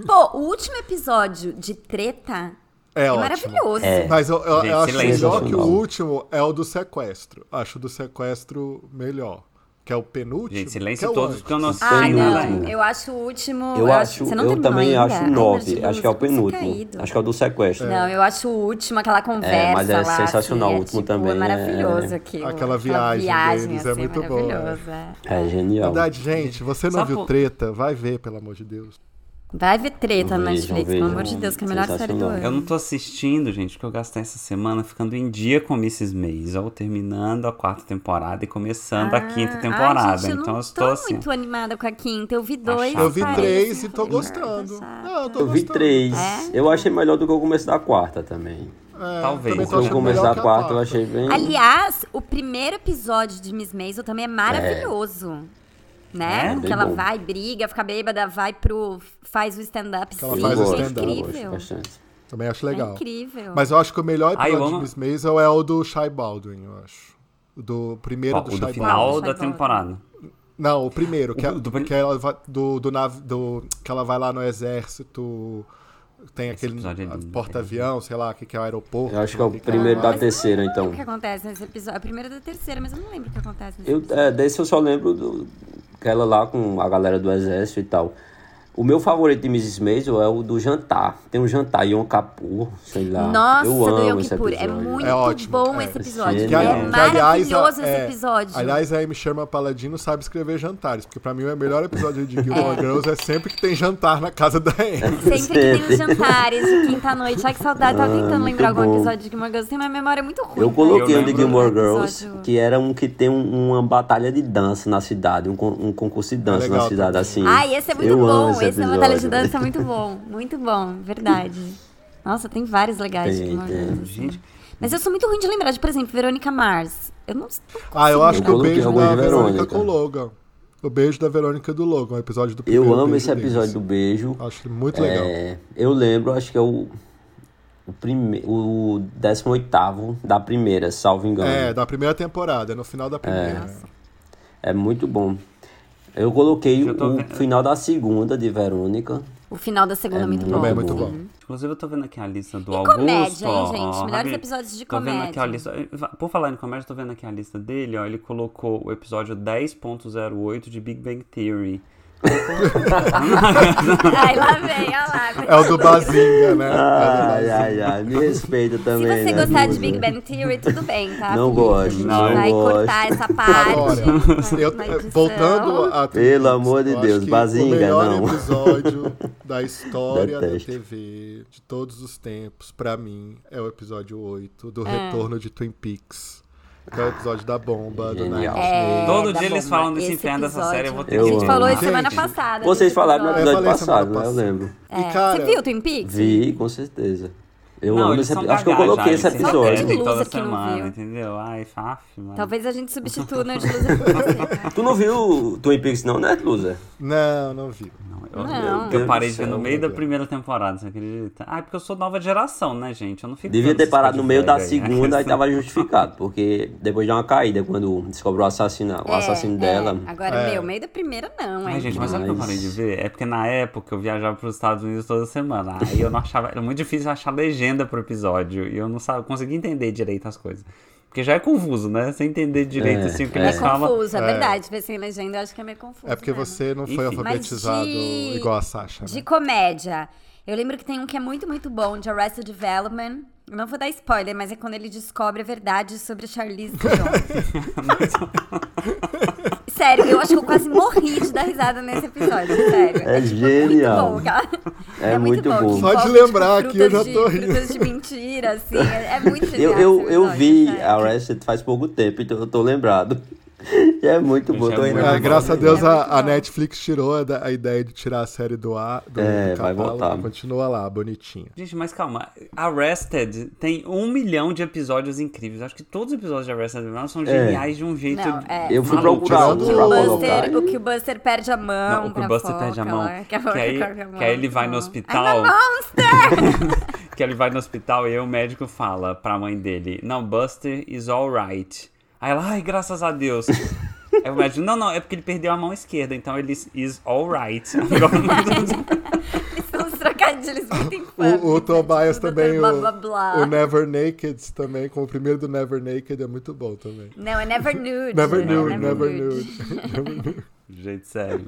[SPEAKER 1] Pô, o último episódio de treta
[SPEAKER 3] É,
[SPEAKER 1] é
[SPEAKER 3] ótimo.
[SPEAKER 1] maravilhoso.
[SPEAKER 4] É.
[SPEAKER 3] Mas eu, eu- eu
[SPEAKER 2] Gente,
[SPEAKER 3] acho
[SPEAKER 2] silêncio.
[SPEAKER 3] melhor que o
[SPEAKER 4] Não.
[SPEAKER 3] último é o do sequestro. Acho o do sequestro melhor. Que é o penúltimo.
[SPEAKER 2] Gente,
[SPEAKER 3] que é
[SPEAKER 2] silêncio
[SPEAKER 3] o
[SPEAKER 2] todos,
[SPEAKER 3] antes.
[SPEAKER 2] porque eu não sei
[SPEAKER 1] Ai,
[SPEAKER 2] nada
[SPEAKER 1] Ah, não.
[SPEAKER 2] ainda.
[SPEAKER 1] Eu acho o último.
[SPEAKER 4] eu acho,
[SPEAKER 1] Você não
[SPEAKER 4] eu
[SPEAKER 1] terminou
[SPEAKER 4] também
[SPEAKER 1] ainda?
[SPEAKER 4] acho
[SPEAKER 1] Ai,
[SPEAKER 4] nove.
[SPEAKER 1] Nerdibusa,
[SPEAKER 4] Acho que é o
[SPEAKER 1] eu pensei
[SPEAKER 4] penúltimo.
[SPEAKER 1] caído.
[SPEAKER 4] Acho que é o do sequestro.
[SPEAKER 1] Não, eu acho o último, aquela conversa.
[SPEAKER 4] mas é
[SPEAKER 1] lá,
[SPEAKER 4] sensacional,
[SPEAKER 1] que é,
[SPEAKER 4] o último
[SPEAKER 1] tipo,
[SPEAKER 4] também
[SPEAKER 1] É
[SPEAKER 4] é-
[SPEAKER 1] maravilhoso aquilo.
[SPEAKER 3] Aquela viagem
[SPEAKER 1] viagem,
[SPEAKER 3] deles é
[SPEAKER 1] assim,
[SPEAKER 3] muito boa,
[SPEAKER 1] maravilhosa, é.
[SPEAKER 4] É genial.
[SPEAKER 3] Verdade, gente, você não
[SPEAKER 2] Só
[SPEAKER 3] viu
[SPEAKER 2] por-
[SPEAKER 3] treta? Vai ver, pelo amor de Deus.
[SPEAKER 1] Vai ver treta
[SPEAKER 4] Não
[SPEAKER 1] na
[SPEAKER 4] vejo,
[SPEAKER 1] Netflix,
[SPEAKER 4] não
[SPEAKER 1] pelo
[SPEAKER 4] vejo,
[SPEAKER 1] amor de
[SPEAKER 4] não.
[SPEAKER 1] Deus, que é a melhor série do
[SPEAKER 4] Sensacional.
[SPEAKER 1] ano.
[SPEAKER 2] Eu não tô assistindo, gente, porque eu gastei essa semana ficando em dia com Mrs. Maisel, terminando a quarta temporada e começando a quinta
[SPEAKER 1] Ah,
[SPEAKER 2] temporada.
[SPEAKER 1] ai, gente,
[SPEAKER 2] então eu
[SPEAKER 1] não
[SPEAKER 2] estou
[SPEAKER 1] tô
[SPEAKER 2] assim.
[SPEAKER 1] muito animada com a quinta. Eu vi dois.
[SPEAKER 2] chata.
[SPEAKER 3] eu vi
[SPEAKER 2] tá.
[SPEAKER 3] três
[SPEAKER 1] parece,
[SPEAKER 3] e tô
[SPEAKER 1] falei,
[SPEAKER 3] gostando.
[SPEAKER 1] "Nossa,
[SPEAKER 3] Não, eu tô
[SPEAKER 4] Eu vi
[SPEAKER 3] gostando.
[SPEAKER 4] três.
[SPEAKER 1] É?
[SPEAKER 4] Eu achei melhor do que o começo da quarta também.
[SPEAKER 3] É,
[SPEAKER 2] Talvez.
[SPEAKER 3] também tô
[SPEAKER 2] Eu
[SPEAKER 4] No
[SPEAKER 3] achando
[SPEAKER 4] começo
[SPEAKER 3] melhor
[SPEAKER 4] da
[SPEAKER 3] que a
[SPEAKER 4] quarta eu achei bem.
[SPEAKER 1] Aliás, o primeiro episódio de Miss Maisel também é maravilhoso. Né?
[SPEAKER 2] É,
[SPEAKER 1] Porque
[SPEAKER 4] bem
[SPEAKER 1] ela
[SPEAKER 4] bom.
[SPEAKER 1] vai, briga, fica bêbada, vai pro. faz o stand-up
[SPEAKER 3] ela
[SPEAKER 4] Eu
[SPEAKER 1] sim,
[SPEAKER 3] faz o
[SPEAKER 4] gosto,
[SPEAKER 1] é
[SPEAKER 3] stand-up.
[SPEAKER 4] eu gosto
[SPEAKER 1] incrível.
[SPEAKER 4] bastante.
[SPEAKER 3] Também acho
[SPEAKER 1] É
[SPEAKER 3] legal.
[SPEAKER 1] incrível.
[SPEAKER 3] Mas eu acho que o melhor
[SPEAKER 2] Ah, eu
[SPEAKER 3] episódio
[SPEAKER 2] amo-
[SPEAKER 3] de Miss Maisel é o do Shai Baldwin, eu acho. O Do primeiro
[SPEAKER 2] Ó,
[SPEAKER 3] do
[SPEAKER 2] o do
[SPEAKER 3] Shai
[SPEAKER 2] final
[SPEAKER 3] Baldwin.
[SPEAKER 2] da
[SPEAKER 1] Vai, vai.
[SPEAKER 2] temporada.
[SPEAKER 3] Não, o primeiro, que,
[SPEAKER 2] O
[SPEAKER 3] é-
[SPEAKER 2] do- do-
[SPEAKER 3] que ela vai, do, do, nav- do- que ela vai lá no exército, tem aquele
[SPEAKER 2] episódio é lindo,
[SPEAKER 3] porta-avião, sei lá, o que, que é o aeroporto.
[SPEAKER 4] Eu acho que é o
[SPEAKER 3] que
[SPEAKER 4] primeiro da
[SPEAKER 3] lá.
[SPEAKER 4] terceira,
[SPEAKER 1] Eu não
[SPEAKER 4] então.
[SPEAKER 1] lembro o que acontece nesse episódio. É o primeiro da terceira, mas eu não lembro o que acontece nesse
[SPEAKER 4] Eu, é, desse eu só lembro do, que ela lá com a galera do exército e tal. O meu favorito de Mrs. Maisel é o do jantar. Tem um jantar e um capô, sei lá.
[SPEAKER 1] Nossa,
[SPEAKER 4] eu amo
[SPEAKER 1] do Yom
[SPEAKER 4] esse
[SPEAKER 1] Kippur. É
[SPEAKER 4] episódio.
[SPEAKER 1] muito
[SPEAKER 3] É ótimo,
[SPEAKER 1] bom
[SPEAKER 3] é.
[SPEAKER 1] esse episódio.
[SPEAKER 4] Que,
[SPEAKER 1] é
[SPEAKER 4] aliás,
[SPEAKER 1] maravilhoso
[SPEAKER 3] é,
[SPEAKER 1] esse episódio.
[SPEAKER 3] Aliás, a Amy Sherman Paladino sabe escrever jantares, porque pra mim o melhor episódio de Gilmore
[SPEAKER 2] [laughs]
[SPEAKER 3] Girls é sempre que tem jantar na casa da
[SPEAKER 4] É
[SPEAKER 3] Amy.
[SPEAKER 1] Sempre que
[SPEAKER 4] [laughs]
[SPEAKER 1] tem os jantares de quinta-noite. Ai, que saudade. Tava tentando
[SPEAKER 4] Ah, muito
[SPEAKER 1] lembrar algum
[SPEAKER 4] bom.
[SPEAKER 1] episódio de Gilmore Girls. Tem uma memória muito ruim.
[SPEAKER 4] Eu
[SPEAKER 1] né?
[SPEAKER 4] coloquei
[SPEAKER 2] Eu
[SPEAKER 4] um de
[SPEAKER 2] lembro
[SPEAKER 4] Gilmore
[SPEAKER 1] do
[SPEAKER 4] Girls,
[SPEAKER 1] episódio.
[SPEAKER 4] que era um que tem um- uma batalha de dança na cidade, um, con- um concurso de dança
[SPEAKER 3] Ah, legal tá
[SPEAKER 4] na cidade,
[SPEAKER 3] também.
[SPEAKER 4] assim.
[SPEAKER 1] Ai, esse é muito
[SPEAKER 4] eu
[SPEAKER 1] bom.
[SPEAKER 4] Amo
[SPEAKER 1] Esse,
[SPEAKER 4] esse
[SPEAKER 1] é uma batalha de
[SPEAKER 4] episódio.
[SPEAKER 1] dança muito bom. Muito bom,
[SPEAKER 4] [laughs]
[SPEAKER 1] verdade. Nossa, tem vários legais de
[SPEAKER 4] Tem,
[SPEAKER 1] Gilmore
[SPEAKER 4] tem.
[SPEAKER 1] Girls. assim.
[SPEAKER 2] Gente,
[SPEAKER 1] Mas eu sou muito ruim de lembrar de, por exemplo, Verônica Mars. Eu não sei.
[SPEAKER 3] Ah, eu acho
[SPEAKER 4] Eu
[SPEAKER 3] que o
[SPEAKER 4] coloquei
[SPEAKER 3] beijo
[SPEAKER 4] alguns
[SPEAKER 3] da
[SPEAKER 4] de
[SPEAKER 3] Verônica
[SPEAKER 4] Verônica.
[SPEAKER 3] com o Logan. O beijo da Verônica e do Logan, o episódio do primeiro
[SPEAKER 4] Eu amo
[SPEAKER 3] beijo
[SPEAKER 4] esse episódio
[SPEAKER 3] deles.
[SPEAKER 4] do beijo.
[SPEAKER 3] Acho muito Ah, legal.
[SPEAKER 4] É, eu lembro, acho que é o, o, prime, o 18 da primeira, salvo engano.
[SPEAKER 3] É, da primeira temporada, é no final da primeira.
[SPEAKER 4] É muito bom. Eu coloquei
[SPEAKER 2] Eu tô
[SPEAKER 4] o
[SPEAKER 2] vendo.
[SPEAKER 4] final da segunda de Verônica.
[SPEAKER 1] O final da segunda é muito bom.
[SPEAKER 3] Também é muito
[SPEAKER 4] Sim.
[SPEAKER 3] bom.
[SPEAKER 2] Inclusive, eu tô vendo aqui a lista do
[SPEAKER 1] E
[SPEAKER 2] Augusto.
[SPEAKER 1] comédia, hein,
[SPEAKER 2] ó,
[SPEAKER 1] gente?
[SPEAKER 2] ó,
[SPEAKER 1] Melhores
[SPEAKER 2] rapidinho.
[SPEAKER 1] episódios de
[SPEAKER 2] Tô vendo aqui, ó, a
[SPEAKER 1] comédia.
[SPEAKER 2] lista. eh, Por falar em comédia, tô vendo aqui a lista dele, ó. Ele colocou o episódio 10.08 de Big Bang Theory.
[SPEAKER 1] [laughs] Ai, lá vem, olha lá.
[SPEAKER 3] [laughs] É o do Bazinga, né? É o
[SPEAKER 4] Ai,
[SPEAKER 3] do Bazinga.
[SPEAKER 4] ai, ai, me
[SPEAKER 1] [laughs]
[SPEAKER 4] respeita
[SPEAKER 1] Se
[SPEAKER 4] também.
[SPEAKER 1] você
[SPEAKER 4] né,
[SPEAKER 1] gostar de
[SPEAKER 4] Duda?
[SPEAKER 1] Big Bang Theory, tudo bem, tá?
[SPEAKER 4] Não
[SPEAKER 1] Felipe?
[SPEAKER 4] gosto,
[SPEAKER 1] A gente
[SPEAKER 2] não
[SPEAKER 1] vai
[SPEAKER 4] gosto.
[SPEAKER 1] cortar essa parte.
[SPEAKER 3] Agora,
[SPEAKER 1] na-
[SPEAKER 3] eu- eh,
[SPEAKER 1] na edição.
[SPEAKER 3] voltando a.
[SPEAKER 4] Pelo amor de
[SPEAKER 3] eu acho
[SPEAKER 4] Deus,
[SPEAKER 3] que
[SPEAKER 4] Bazinga,
[SPEAKER 3] O melhor
[SPEAKER 4] não.
[SPEAKER 3] episódio da história da
[SPEAKER 4] Detesto.
[SPEAKER 3] TV, de todos os tempos, pra mim, é o episódio 8 do
[SPEAKER 1] É.
[SPEAKER 3] Retorno de Twin Peaks. Que é o episódio da bomba, do
[SPEAKER 4] genial.
[SPEAKER 3] Night
[SPEAKER 1] É,
[SPEAKER 2] Todo
[SPEAKER 1] da
[SPEAKER 2] dia eles
[SPEAKER 1] bomba.
[SPEAKER 2] falam desse
[SPEAKER 1] Esse
[SPEAKER 2] inferno dessa
[SPEAKER 1] episódio.
[SPEAKER 2] série, eu vou ter
[SPEAKER 4] que
[SPEAKER 1] A gente
[SPEAKER 4] Eu
[SPEAKER 1] falou
[SPEAKER 4] amo.
[SPEAKER 1] isso semana
[SPEAKER 3] Gente,
[SPEAKER 1] passada.
[SPEAKER 4] Vocês
[SPEAKER 1] desse
[SPEAKER 4] falaram no
[SPEAKER 1] episódio.
[SPEAKER 4] episódio
[SPEAKER 3] falei semana
[SPEAKER 4] passado, né? Eu
[SPEAKER 3] passada.
[SPEAKER 4] lembro.
[SPEAKER 3] E,
[SPEAKER 1] É,
[SPEAKER 3] cara-
[SPEAKER 1] Você viu Twin Peaks?
[SPEAKER 4] Vi, com certeza. Eu
[SPEAKER 2] Não,
[SPEAKER 4] amo
[SPEAKER 2] eles
[SPEAKER 4] esse
[SPEAKER 2] são
[SPEAKER 4] episódio. Acho que eu
[SPEAKER 2] gaga já,
[SPEAKER 4] coloquei
[SPEAKER 2] eles
[SPEAKER 4] esse
[SPEAKER 2] se repetem
[SPEAKER 4] episódio.
[SPEAKER 1] Só
[SPEAKER 2] toda
[SPEAKER 1] loser que não
[SPEAKER 2] semana,
[SPEAKER 1] viu.
[SPEAKER 2] entendeu? Ai, faf, mano.
[SPEAKER 1] Talvez a gente
[SPEAKER 2] [laughs]
[SPEAKER 1] substitua o Nerd Loser por você. tá?
[SPEAKER 4] Tu não viu Twin Peaks não, né, Lusa?
[SPEAKER 3] Não, não vi.
[SPEAKER 2] Eu,
[SPEAKER 1] Não.
[SPEAKER 2] eu-
[SPEAKER 4] Meu
[SPEAKER 2] eu parei de
[SPEAKER 4] Deus
[SPEAKER 2] ver
[SPEAKER 4] do
[SPEAKER 2] no
[SPEAKER 4] céu,
[SPEAKER 2] meio da
[SPEAKER 4] velho.
[SPEAKER 2] primeira temporada, você acredita? Ah, é porque eu sou nova geração, né, gente? Eu não fico.
[SPEAKER 4] Devia
[SPEAKER 2] vendo
[SPEAKER 4] ter
[SPEAKER 2] essas
[SPEAKER 4] parado no
[SPEAKER 2] coisas
[SPEAKER 4] meio da
[SPEAKER 2] velhas aí, né? [laughs]
[SPEAKER 4] segunda e tava justificado, porque depois deu uma caída quando descobriu o assassino, o assassino
[SPEAKER 1] É,
[SPEAKER 4] dela.
[SPEAKER 1] é. Agora, meu, meio da primeira não, é
[SPEAKER 2] Ai,
[SPEAKER 1] hein?
[SPEAKER 2] gente, mas sabe o que eu
[SPEAKER 4] Mas-
[SPEAKER 2] parei de ver? É porque na época eu viajava pros Estados Unidos toda semana. Aí eu não achava. Era muito difícil achar legenda pro episódio. E eu não sabia, conseguia entender direito as coisas. Porque já é confuso, né? Sem entender direito
[SPEAKER 4] É,
[SPEAKER 2] assim o que
[SPEAKER 4] é.
[SPEAKER 1] É
[SPEAKER 2] eles falam.
[SPEAKER 1] confuso, é verdade. Ver sem legenda, eu acho que é meio confuso.
[SPEAKER 3] É porque
[SPEAKER 1] mesmo.
[SPEAKER 3] você não foi
[SPEAKER 2] Enfim.
[SPEAKER 3] alfabetizado
[SPEAKER 1] Mas de-
[SPEAKER 3] igual a Sasha.
[SPEAKER 1] De
[SPEAKER 3] Né?
[SPEAKER 1] comédia. Eu lembro que tem um que é muito, muito bom, de Arrested Development. Eu não vou dar spoiler, mas é quando ele descobre a verdade sobre a Charlize
[SPEAKER 4] [laughs]
[SPEAKER 1] Theron. sério, eu acho que eu quase morri de dar risada nesse episódio, sério.
[SPEAKER 4] É
[SPEAKER 1] tipo,
[SPEAKER 4] genial.
[SPEAKER 1] Muito bom, cara.
[SPEAKER 4] É muito bom.
[SPEAKER 1] que
[SPEAKER 4] Só
[SPEAKER 3] de
[SPEAKER 1] envolve,
[SPEAKER 3] lembrar
[SPEAKER 1] tipo,
[SPEAKER 3] aqui, eu já
[SPEAKER 1] frutas
[SPEAKER 3] tô
[SPEAKER 1] de-
[SPEAKER 3] rindo.
[SPEAKER 1] Frutas de mentira, assim. É, é muito
[SPEAKER 4] [laughs] Eu,
[SPEAKER 1] genial.
[SPEAKER 4] eu,
[SPEAKER 1] esse
[SPEAKER 4] eu
[SPEAKER 1] episódio,
[SPEAKER 4] vi
[SPEAKER 1] sério.
[SPEAKER 4] a Arrested faz pouco tempo, então eu tô lembrado. [laughs] É muito
[SPEAKER 2] Já
[SPEAKER 4] bom.
[SPEAKER 2] é
[SPEAKER 4] tô indo.
[SPEAKER 2] muito
[SPEAKER 3] Ah,
[SPEAKER 2] bom.
[SPEAKER 3] graças a
[SPEAKER 1] É
[SPEAKER 3] Deus
[SPEAKER 1] muito
[SPEAKER 3] a, a
[SPEAKER 1] bom.
[SPEAKER 3] Netflix tirou a, da- a ideia de tirar a série do ar. Do do
[SPEAKER 4] É, vai
[SPEAKER 3] catálogo,
[SPEAKER 4] voltar.
[SPEAKER 3] Continua lá, bonitinha.
[SPEAKER 2] Gente, mas calma. Arrested tem um milhão de episódios incríveis. Acho que todos os episódios de Arrested Development são geniais de um jeito.
[SPEAKER 1] Não, é.
[SPEAKER 4] É. Eu fui
[SPEAKER 2] maluco.
[SPEAKER 4] procurar
[SPEAKER 3] Tirando
[SPEAKER 4] um
[SPEAKER 1] O,
[SPEAKER 3] Não,
[SPEAKER 4] pra
[SPEAKER 3] não,
[SPEAKER 4] colocar.
[SPEAKER 1] Buster, o que o Buster perde a mão.
[SPEAKER 2] Não, o que
[SPEAKER 1] pra
[SPEAKER 2] o Buster perde a
[SPEAKER 1] foca
[SPEAKER 2] mão,
[SPEAKER 1] lá, que, a
[SPEAKER 2] que aí-
[SPEAKER 1] corta a mão,
[SPEAKER 2] que aí ele vai no
[SPEAKER 1] bom.
[SPEAKER 2] hospital.
[SPEAKER 1] I'm a monster!
[SPEAKER 2] [laughs] que ele vai no hospital e aí o médico fala pra mãe dele: Não, Buster is alright. Aí ela, ai, graças a Deus. Aí o médico, não, não, é porque ele perdeu a mão esquerda, então ele is alright. [laughs]
[SPEAKER 1] São uns trocadilhos muito
[SPEAKER 3] [laughs]
[SPEAKER 1] infames.
[SPEAKER 3] O, o
[SPEAKER 1] [laughs]
[SPEAKER 3] Tobias
[SPEAKER 1] Tipo,
[SPEAKER 3] também,
[SPEAKER 1] blá,
[SPEAKER 3] o,
[SPEAKER 1] blá, blá.
[SPEAKER 3] o Never Naked também, com o primeiro do Never Naked, é muito bom também.
[SPEAKER 1] Não, é Never Nude.
[SPEAKER 3] Never
[SPEAKER 1] é
[SPEAKER 3] Nude,
[SPEAKER 2] Never
[SPEAKER 3] Never Nude. [laughs]
[SPEAKER 2] Gente, sério.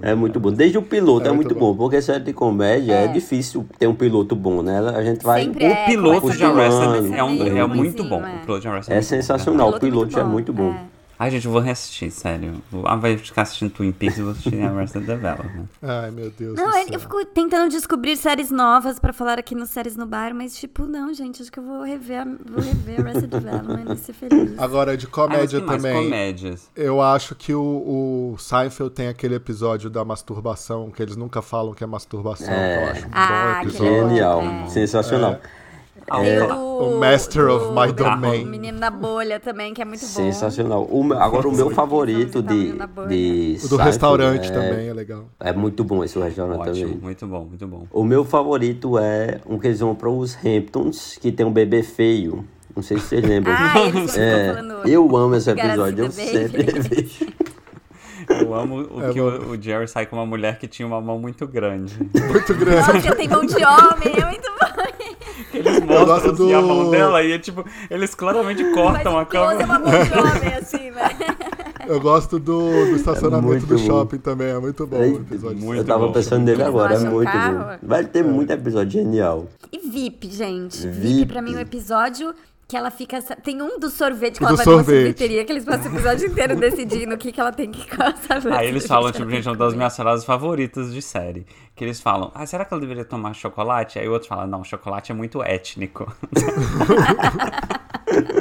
[SPEAKER 4] É muito bom. Desde o piloto
[SPEAKER 3] É
[SPEAKER 4] é,
[SPEAKER 3] muito
[SPEAKER 4] muito,
[SPEAKER 3] bom.
[SPEAKER 4] bom. porque série de comédia é.
[SPEAKER 1] É.
[SPEAKER 4] difícil ter um piloto bom, né? A gente vai.
[SPEAKER 1] Sempre é,
[SPEAKER 2] O piloto
[SPEAKER 1] começa
[SPEAKER 2] de
[SPEAKER 1] meio-
[SPEAKER 2] Arrested é, um,
[SPEAKER 1] meio
[SPEAKER 2] é muito
[SPEAKER 1] ruinzinho,
[SPEAKER 2] bom.
[SPEAKER 1] é.
[SPEAKER 2] O piloto de Arrested
[SPEAKER 4] É
[SPEAKER 2] muito bom,
[SPEAKER 4] sensacional.
[SPEAKER 2] verdade.
[SPEAKER 4] O piloto é muito bom.
[SPEAKER 2] Ai, gente, eu vou reassistir, sério. Ah, vai ficar assistindo Twin Peaks e vou assistir Arrested Development.
[SPEAKER 3] Ai, meu Deus do
[SPEAKER 1] Não,
[SPEAKER 3] céu.
[SPEAKER 1] eu fico tentando descobrir séries novas pra falar aqui no Séries no Bar, mas tipo, não, gente, acho que eu vou rever, vou rever Arrested Development e ser feliz.
[SPEAKER 3] [laughs] Agora, de
[SPEAKER 2] Ah, mas
[SPEAKER 3] comédia
[SPEAKER 2] que mais?
[SPEAKER 3] também.
[SPEAKER 2] Comédias.
[SPEAKER 3] Eu acho que o, o Seinfeld tem aquele episódio da masturbação, que eles nunca falam que é masturbação, que eu acho um
[SPEAKER 1] Ah,
[SPEAKER 3] bom
[SPEAKER 1] aquele
[SPEAKER 3] episódio.
[SPEAKER 4] Genial.
[SPEAKER 1] É.
[SPEAKER 4] Sensacional.
[SPEAKER 2] Ah,
[SPEAKER 4] É.
[SPEAKER 1] Tem
[SPEAKER 2] o-
[SPEAKER 1] do-
[SPEAKER 3] o Master of My
[SPEAKER 1] do-
[SPEAKER 3] Domain.
[SPEAKER 1] O Menino na Bolha também, que é muito bom.
[SPEAKER 4] Sensacional. O meu- agora, o meu favorito de. de
[SPEAKER 3] O do
[SPEAKER 4] Seinfeld
[SPEAKER 3] restaurante
[SPEAKER 4] é-
[SPEAKER 3] também é legal.
[SPEAKER 4] É muito bom esse restaurante
[SPEAKER 2] Ótimo,
[SPEAKER 4] também.
[SPEAKER 2] muito bom, muito bom.
[SPEAKER 4] O meu favorito é um que eles vão para os Hamptons, que tem um bebê feio. Não sei se vocês lembram.
[SPEAKER 1] Ah, eles ficam
[SPEAKER 4] [laughs] É,
[SPEAKER 1] falando.
[SPEAKER 4] eu amo esse
[SPEAKER 1] Garota
[SPEAKER 4] episódio, eu
[SPEAKER 1] do baby.
[SPEAKER 4] sempre vejo.
[SPEAKER 2] Eu amo o
[SPEAKER 3] É
[SPEAKER 2] que
[SPEAKER 3] bom.
[SPEAKER 2] o, o Jerry sai com uma mulher que tinha uma mão
[SPEAKER 3] [laughs]
[SPEAKER 2] muito grande.
[SPEAKER 3] Muito grande.
[SPEAKER 1] Nossa, tem mão de homem, é muito bom.
[SPEAKER 2] Eles
[SPEAKER 3] Eu gosto
[SPEAKER 2] mostram assim, a mão
[SPEAKER 3] do-
[SPEAKER 2] dela e, tipo, eles claramente
[SPEAKER 1] Mas
[SPEAKER 2] cortam a
[SPEAKER 1] o close é
[SPEAKER 2] câmera.
[SPEAKER 1] uma mão de homem, assim, né?
[SPEAKER 3] Eu gosto do, do estacionamento
[SPEAKER 4] muito
[SPEAKER 3] do
[SPEAKER 4] bom.
[SPEAKER 3] shopping também, é muito É. bom o episódio.
[SPEAKER 2] muito
[SPEAKER 4] eu tava
[SPEAKER 2] bom.
[SPEAKER 4] pensando nele
[SPEAKER 1] Eles
[SPEAKER 4] agora, é
[SPEAKER 1] baixam o
[SPEAKER 4] muito
[SPEAKER 1] carro.
[SPEAKER 4] bom. Vai ter muito episódio genial.
[SPEAKER 1] E VIP, gente. VIP,
[SPEAKER 4] VIP.
[SPEAKER 1] pra mim, é um episódio que ela fica. Tem um do
[SPEAKER 4] É
[SPEAKER 1] sorvete que
[SPEAKER 3] O
[SPEAKER 1] ela
[SPEAKER 3] do
[SPEAKER 1] vai numa
[SPEAKER 3] sorvete.
[SPEAKER 1] sorveteria, que eles passam o episódio inteiro decidindo o que, que ela tem que [laughs] comer.
[SPEAKER 2] Aí eles falam, tipo, gente, é uma das minhas frases favoritas de série. Que eles falam, ah, será que ela deveria tomar chocolate? Aí o outro fala, não, chocolate é muito étnico. [laughs]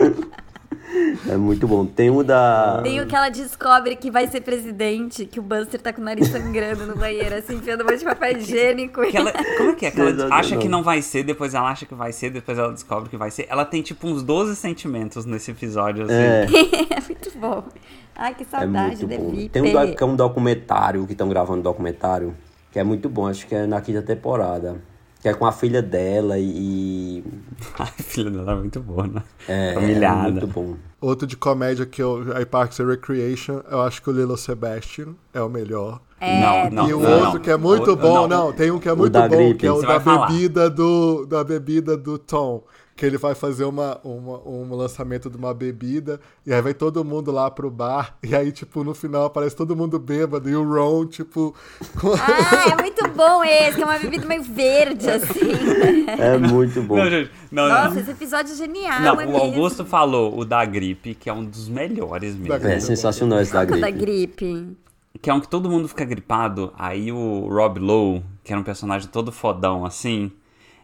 [SPEAKER 4] É muito bom. Tem um da.
[SPEAKER 1] Tem o que ela descobre que vai ser presidente, que o Buster tá com o nariz sangrando no banheiro, assim, enfiando um monte de papel higiênico.
[SPEAKER 2] Que ela- como é que é? Que ela
[SPEAKER 4] Sensacional.
[SPEAKER 2] acha que não vai ser, depois ela acha que vai ser, depois ela descobre que vai ser. Ela tem, tipo, uns 12 sentimentos nesse episódio, assim.
[SPEAKER 4] É,
[SPEAKER 1] [laughs] é muito bom. Ai, que
[SPEAKER 4] é
[SPEAKER 1] saudade
[SPEAKER 4] muito
[SPEAKER 1] da
[SPEAKER 4] bom.
[SPEAKER 1] VIP.
[SPEAKER 4] Tem um, do- que é um documentário que estão gravando um documentário, que é muito bom, acho que é na quinta temporada. Que é com a filha dela e.
[SPEAKER 2] [laughs] Ai, filha dela é muito boa, né?
[SPEAKER 4] É,
[SPEAKER 2] Humilhada.
[SPEAKER 4] é muito
[SPEAKER 1] [laughs]
[SPEAKER 4] bom.
[SPEAKER 3] Outro de comédia que eu. Aí Parks and Recreation, eu acho que o Lilo Sebastian é o melhor.
[SPEAKER 2] Não, não,
[SPEAKER 3] e o
[SPEAKER 2] não,
[SPEAKER 3] outro
[SPEAKER 2] não.
[SPEAKER 3] que é muito
[SPEAKER 2] O-
[SPEAKER 3] bom, não, tem um que é muito
[SPEAKER 4] da
[SPEAKER 3] bom,
[SPEAKER 4] gripe.
[SPEAKER 3] que é o
[SPEAKER 2] Você
[SPEAKER 3] da
[SPEAKER 2] vai falar.
[SPEAKER 3] bebida do da bebida do Tom, que ele vai fazer uma, uma- um lançamento de uma bebida e aí vai todo mundo lá pro bar e aí tipo no final aparece todo mundo bêbado e o Ron tipo [laughs] com-
[SPEAKER 1] Ah, é muito bom esse, que é uma bebida meio verde,
[SPEAKER 4] [laughs]
[SPEAKER 1] assim.
[SPEAKER 4] É muito bom.
[SPEAKER 2] Não, gente, não, não.
[SPEAKER 1] Nossa, esse episódio é genial.
[SPEAKER 2] Não,
[SPEAKER 1] é
[SPEAKER 2] o
[SPEAKER 1] mesmo.
[SPEAKER 2] Augusto falou o da gripe, que é um dos melhores mesmo.
[SPEAKER 3] gripe.
[SPEAKER 4] É sensacional esse da
[SPEAKER 1] Da
[SPEAKER 4] gripe.
[SPEAKER 1] gripe.
[SPEAKER 2] Que é um que todo mundo fica gripado. Aí o Rob Lowe, que era um personagem todo fodão assim,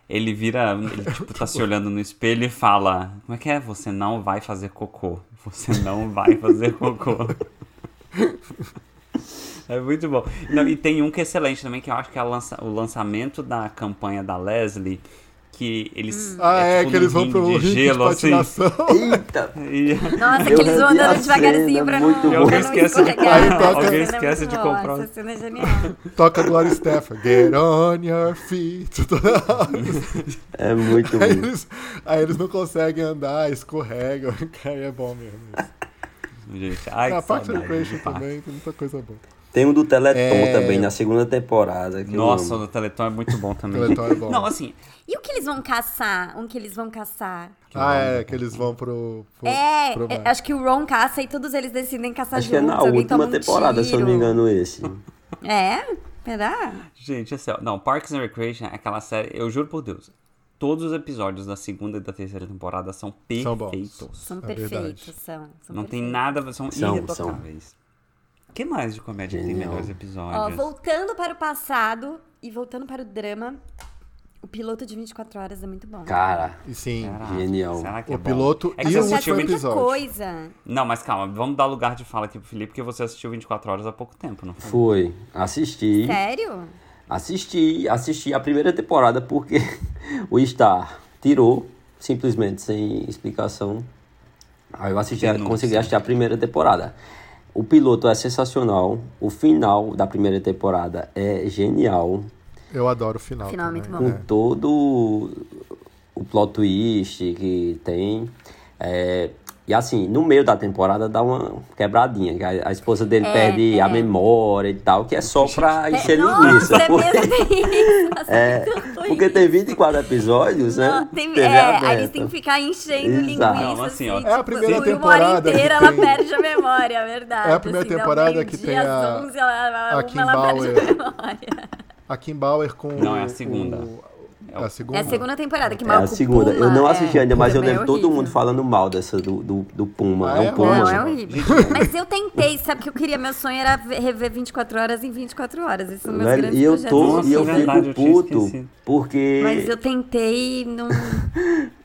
[SPEAKER 2] ele vira. Ele tipo,
[SPEAKER 3] [laughs]
[SPEAKER 2] tá se olhando no espelho e fala: Como é que é? Você não vai fazer cocô. Você não vai fazer cocô. É muito bom. Não, e tem um que é excelente também, que eu acho que é a lança- o lançamento da campanha da Leslie, que eles.
[SPEAKER 3] Ah, é,
[SPEAKER 2] tipo
[SPEAKER 3] que
[SPEAKER 2] num
[SPEAKER 3] eles vão
[SPEAKER 2] ringue
[SPEAKER 3] pro
[SPEAKER 2] de
[SPEAKER 3] ringue de,
[SPEAKER 2] gelo, assim.
[SPEAKER 3] patinação. [laughs]
[SPEAKER 1] é?
[SPEAKER 4] Eita!
[SPEAKER 2] E-
[SPEAKER 1] Nossa, que
[SPEAKER 4] Eu
[SPEAKER 1] eles vão
[SPEAKER 4] revi a
[SPEAKER 1] andando devagarzinho
[SPEAKER 4] cena,
[SPEAKER 1] pra
[SPEAKER 4] muito
[SPEAKER 1] não,
[SPEAKER 4] bom.
[SPEAKER 1] pra
[SPEAKER 2] Alguém
[SPEAKER 1] não
[SPEAKER 2] esquece de
[SPEAKER 1] escorregar.
[SPEAKER 3] comprar,
[SPEAKER 1] Essa
[SPEAKER 2] alguém
[SPEAKER 1] cena é
[SPEAKER 2] esquece
[SPEAKER 1] muito
[SPEAKER 2] de
[SPEAKER 1] boa,
[SPEAKER 2] comprar.
[SPEAKER 1] Essa cena é genial.
[SPEAKER 3] Toca Gloria Stefan. Get on your
[SPEAKER 2] [laughs]
[SPEAKER 3] feet. [laughs]
[SPEAKER 4] É muito
[SPEAKER 3] aí,
[SPEAKER 4] bom.
[SPEAKER 3] eles, aí eles não conseguem andar, escorregam. [laughs] Aí é bom mesmo. isso.
[SPEAKER 2] [laughs] Gente, ai,
[SPEAKER 3] a
[SPEAKER 2] que
[SPEAKER 3] parte do
[SPEAKER 2] saudade, né?
[SPEAKER 3] Creation
[SPEAKER 2] de fato.
[SPEAKER 3] também tem muita coisa boa.
[SPEAKER 4] Tem um do Teleton
[SPEAKER 3] É.
[SPEAKER 4] também, na segunda temporada. Que eu
[SPEAKER 2] Nossa, o
[SPEAKER 4] amo.
[SPEAKER 2] do Teleton é muito bom também.
[SPEAKER 3] Teleton é bom.
[SPEAKER 2] Não, assim,
[SPEAKER 1] E o que eles vão caçar? Um que eles vão caçar?
[SPEAKER 3] ah, é, que eles vão pro. pro
[SPEAKER 1] É,
[SPEAKER 3] pro
[SPEAKER 1] é,
[SPEAKER 3] bar.
[SPEAKER 1] acho que o Ron caça e todos eles decidem caçar
[SPEAKER 4] acho que é
[SPEAKER 1] juntos.
[SPEAKER 4] na
[SPEAKER 1] alguém
[SPEAKER 4] última
[SPEAKER 1] toma um
[SPEAKER 4] temporada, se eu não me
[SPEAKER 1] tiro.
[SPEAKER 4] engano, esse.
[SPEAKER 1] É? Será?
[SPEAKER 2] gente, assim, ó, não, Parks and Recreation é aquela série, eu juro por Deus, todos os episódios da segunda e da terceira temporada são
[SPEAKER 3] São bons.
[SPEAKER 2] perfeitos.
[SPEAKER 1] São
[SPEAKER 3] É
[SPEAKER 1] perfeitos,
[SPEAKER 3] verdade.
[SPEAKER 1] são. são
[SPEAKER 2] não tem
[SPEAKER 1] perfeitos.
[SPEAKER 2] nada, são,
[SPEAKER 4] São,
[SPEAKER 2] irretocáveis. O que mais de comédia que tem
[SPEAKER 4] Genial.
[SPEAKER 2] melhores
[SPEAKER 1] Ó,
[SPEAKER 2] episódios?
[SPEAKER 1] voltando para o passado e voltando para o drama, o O piloto de 24 horas é muito bom.
[SPEAKER 4] Cara,
[SPEAKER 3] E sim,
[SPEAKER 2] Caraca,
[SPEAKER 4] Genial.
[SPEAKER 2] Será que
[SPEAKER 3] O
[SPEAKER 2] é bom?
[SPEAKER 3] piloto
[SPEAKER 2] é
[SPEAKER 3] e
[SPEAKER 2] que você
[SPEAKER 3] o
[SPEAKER 1] Mas já
[SPEAKER 2] assistiu
[SPEAKER 1] tem
[SPEAKER 3] último
[SPEAKER 1] muita
[SPEAKER 2] 20...
[SPEAKER 3] episódio.
[SPEAKER 1] coisa.
[SPEAKER 2] Não, mas calma, vamos dar lugar de fala aqui pro Felipe, porque você assistiu 24 horas há pouco tempo, não foi?
[SPEAKER 4] foi. Assisti.
[SPEAKER 1] Sério?
[SPEAKER 4] Assisti, assisti a primeira temporada porque [laughs] o Star tirou, simplesmente, sem explicação. Aí eu assisti,
[SPEAKER 2] Denúncia.
[SPEAKER 4] consegui assistir a primeira temporada. O piloto é sensacional, o final da primeira temporada é genial,
[SPEAKER 3] eu adoro o final.
[SPEAKER 1] O final é muito
[SPEAKER 3] também. né?
[SPEAKER 1] bom.
[SPEAKER 4] com todo o plot twist que tem. É, e assim, no meio da temporada dá uma quebradinha, que a, a esposa dele
[SPEAKER 1] É,
[SPEAKER 4] perde a
[SPEAKER 1] é.
[SPEAKER 4] memória e tal, que é só pra
[SPEAKER 1] É,
[SPEAKER 4] encher
[SPEAKER 1] Nossa,
[SPEAKER 4] linguiça.
[SPEAKER 1] é
[SPEAKER 4] porque-
[SPEAKER 1] mesmo tem isso.
[SPEAKER 4] é, porque tem 24 episódios,
[SPEAKER 1] Não,
[SPEAKER 4] né?
[SPEAKER 1] tem,
[SPEAKER 4] TV
[SPEAKER 1] é, aí
[SPEAKER 4] aberta.
[SPEAKER 1] eles têm que ficar enchendo
[SPEAKER 4] Exato.
[SPEAKER 1] linguiça.
[SPEAKER 2] Não, assim, ó,
[SPEAKER 1] assim,
[SPEAKER 3] É a
[SPEAKER 1] tipo,
[SPEAKER 3] primeira
[SPEAKER 1] por Uma
[SPEAKER 3] temporada
[SPEAKER 1] hora
[SPEAKER 3] que
[SPEAKER 1] inteira ela
[SPEAKER 3] tem-
[SPEAKER 1] perde a memória, é verdade.
[SPEAKER 3] É a primeira
[SPEAKER 1] assim, dá um
[SPEAKER 3] temporada que
[SPEAKER 1] meio-dia,
[SPEAKER 3] tem a-
[SPEAKER 1] às 11, ela,
[SPEAKER 3] a
[SPEAKER 1] uma,
[SPEAKER 3] Kim
[SPEAKER 1] ela perde a
[SPEAKER 3] Bauer.
[SPEAKER 1] memória.
[SPEAKER 3] A Kim Bauer com.
[SPEAKER 2] Não, é a
[SPEAKER 3] o-
[SPEAKER 2] segunda.
[SPEAKER 3] o- é a segunda?
[SPEAKER 1] É a segunda temporada que
[SPEAKER 4] É
[SPEAKER 1] mal é.
[SPEAKER 4] a segunda. Eu não assisti ainda, mas eu lembro todo mundo falando mal dessa do, do, do Puma.
[SPEAKER 3] Ah,
[SPEAKER 4] é
[SPEAKER 3] é?
[SPEAKER 4] um Puma.
[SPEAKER 1] Não, é horrível. Mas eu tentei, sabe que eu queria? Meu sonho era ver- rever 24 horas em 24 horas. Isso é um dos meus
[SPEAKER 4] Velho,
[SPEAKER 1] grandes
[SPEAKER 4] e eu
[SPEAKER 1] projetos.
[SPEAKER 4] tô
[SPEAKER 2] Nossa, é
[SPEAKER 4] e eu
[SPEAKER 2] verdade, eu
[SPEAKER 4] fico
[SPEAKER 2] tinha
[SPEAKER 4] puto
[SPEAKER 2] esquecido.
[SPEAKER 4] porque
[SPEAKER 1] Mas eu tentei, não.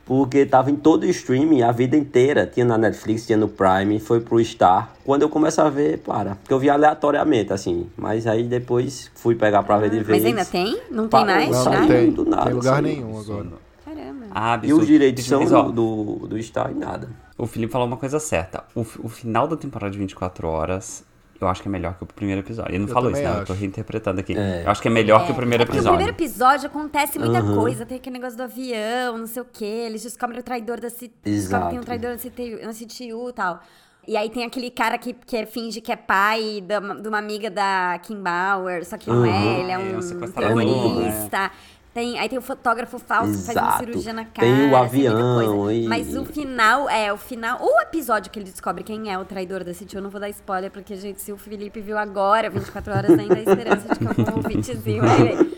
[SPEAKER 4] porque tava em todo o streaming a vida inteira, tinha na Netflix, tinha no Prime, foi pro Star. Quando eu começo a ver, para, porque eu vi aleatoriamente assim, mas aí depois fui pegar pra ver de vez.
[SPEAKER 1] Ah, Mas ainda tem? Não tem
[SPEAKER 4] Parou,
[SPEAKER 1] mais?
[SPEAKER 3] Não,
[SPEAKER 1] já?
[SPEAKER 3] não
[SPEAKER 4] Sai
[SPEAKER 3] tem.
[SPEAKER 4] do nada,
[SPEAKER 3] tem lugar
[SPEAKER 4] assim,
[SPEAKER 3] nenhum agora. É
[SPEAKER 1] Caramba.
[SPEAKER 2] Ah,
[SPEAKER 4] E os
[SPEAKER 2] absurdo.
[SPEAKER 4] direitos são
[SPEAKER 2] Mas, ó,
[SPEAKER 4] do, do, do Star e nada.
[SPEAKER 2] O Felipe falou uma coisa certa. O, fi- o final da temporada de 24 horas, eu acho que é melhor que o primeiro episódio. Ele não
[SPEAKER 3] Eu
[SPEAKER 2] falou isso,
[SPEAKER 3] também
[SPEAKER 2] né? Eu tô
[SPEAKER 3] acho.
[SPEAKER 2] reinterpretando aqui. Eu acho que é melhor que o primeiro
[SPEAKER 1] É porque
[SPEAKER 2] episódio.
[SPEAKER 1] No primeiro episódio acontece muita
[SPEAKER 3] Uhum.
[SPEAKER 4] Aham.
[SPEAKER 1] coisa. Tem aquele negócio do avião, não sei o quê. Eles descobrem o traidor da CTU. Descobrem que tem um
[SPEAKER 4] Exato.
[SPEAKER 1] traidor na CTU, na CTU e tal. E aí tem aquele cara que, que finge que é pai da- de uma amiga da Kim Bauer, só que
[SPEAKER 3] Uhum.
[SPEAKER 1] não é,
[SPEAKER 4] Aham.
[SPEAKER 1] ele é
[SPEAKER 2] É,
[SPEAKER 1] um
[SPEAKER 2] um sequestrador, né?
[SPEAKER 1] terrorista. Tem, aí tem o fotógrafo falso que faz uma
[SPEAKER 4] Exato.
[SPEAKER 1] cirurgia na cara.
[SPEAKER 4] Tem o
[SPEAKER 1] assim, muita
[SPEAKER 4] avião
[SPEAKER 1] coisa.
[SPEAKER 4] e-
[SPEAKER 1] Mas o final, é, o final. Ou o episódio que ele descobre quem é o traidor da CTU, eu não vou dar spoiler, porque, gente, se o Felipe viu agora, 24 horas, ainda há esperança de que
[SPEAKER 4] [laughs]
[SPEAKER 1] algum ouvintezinho vai ver.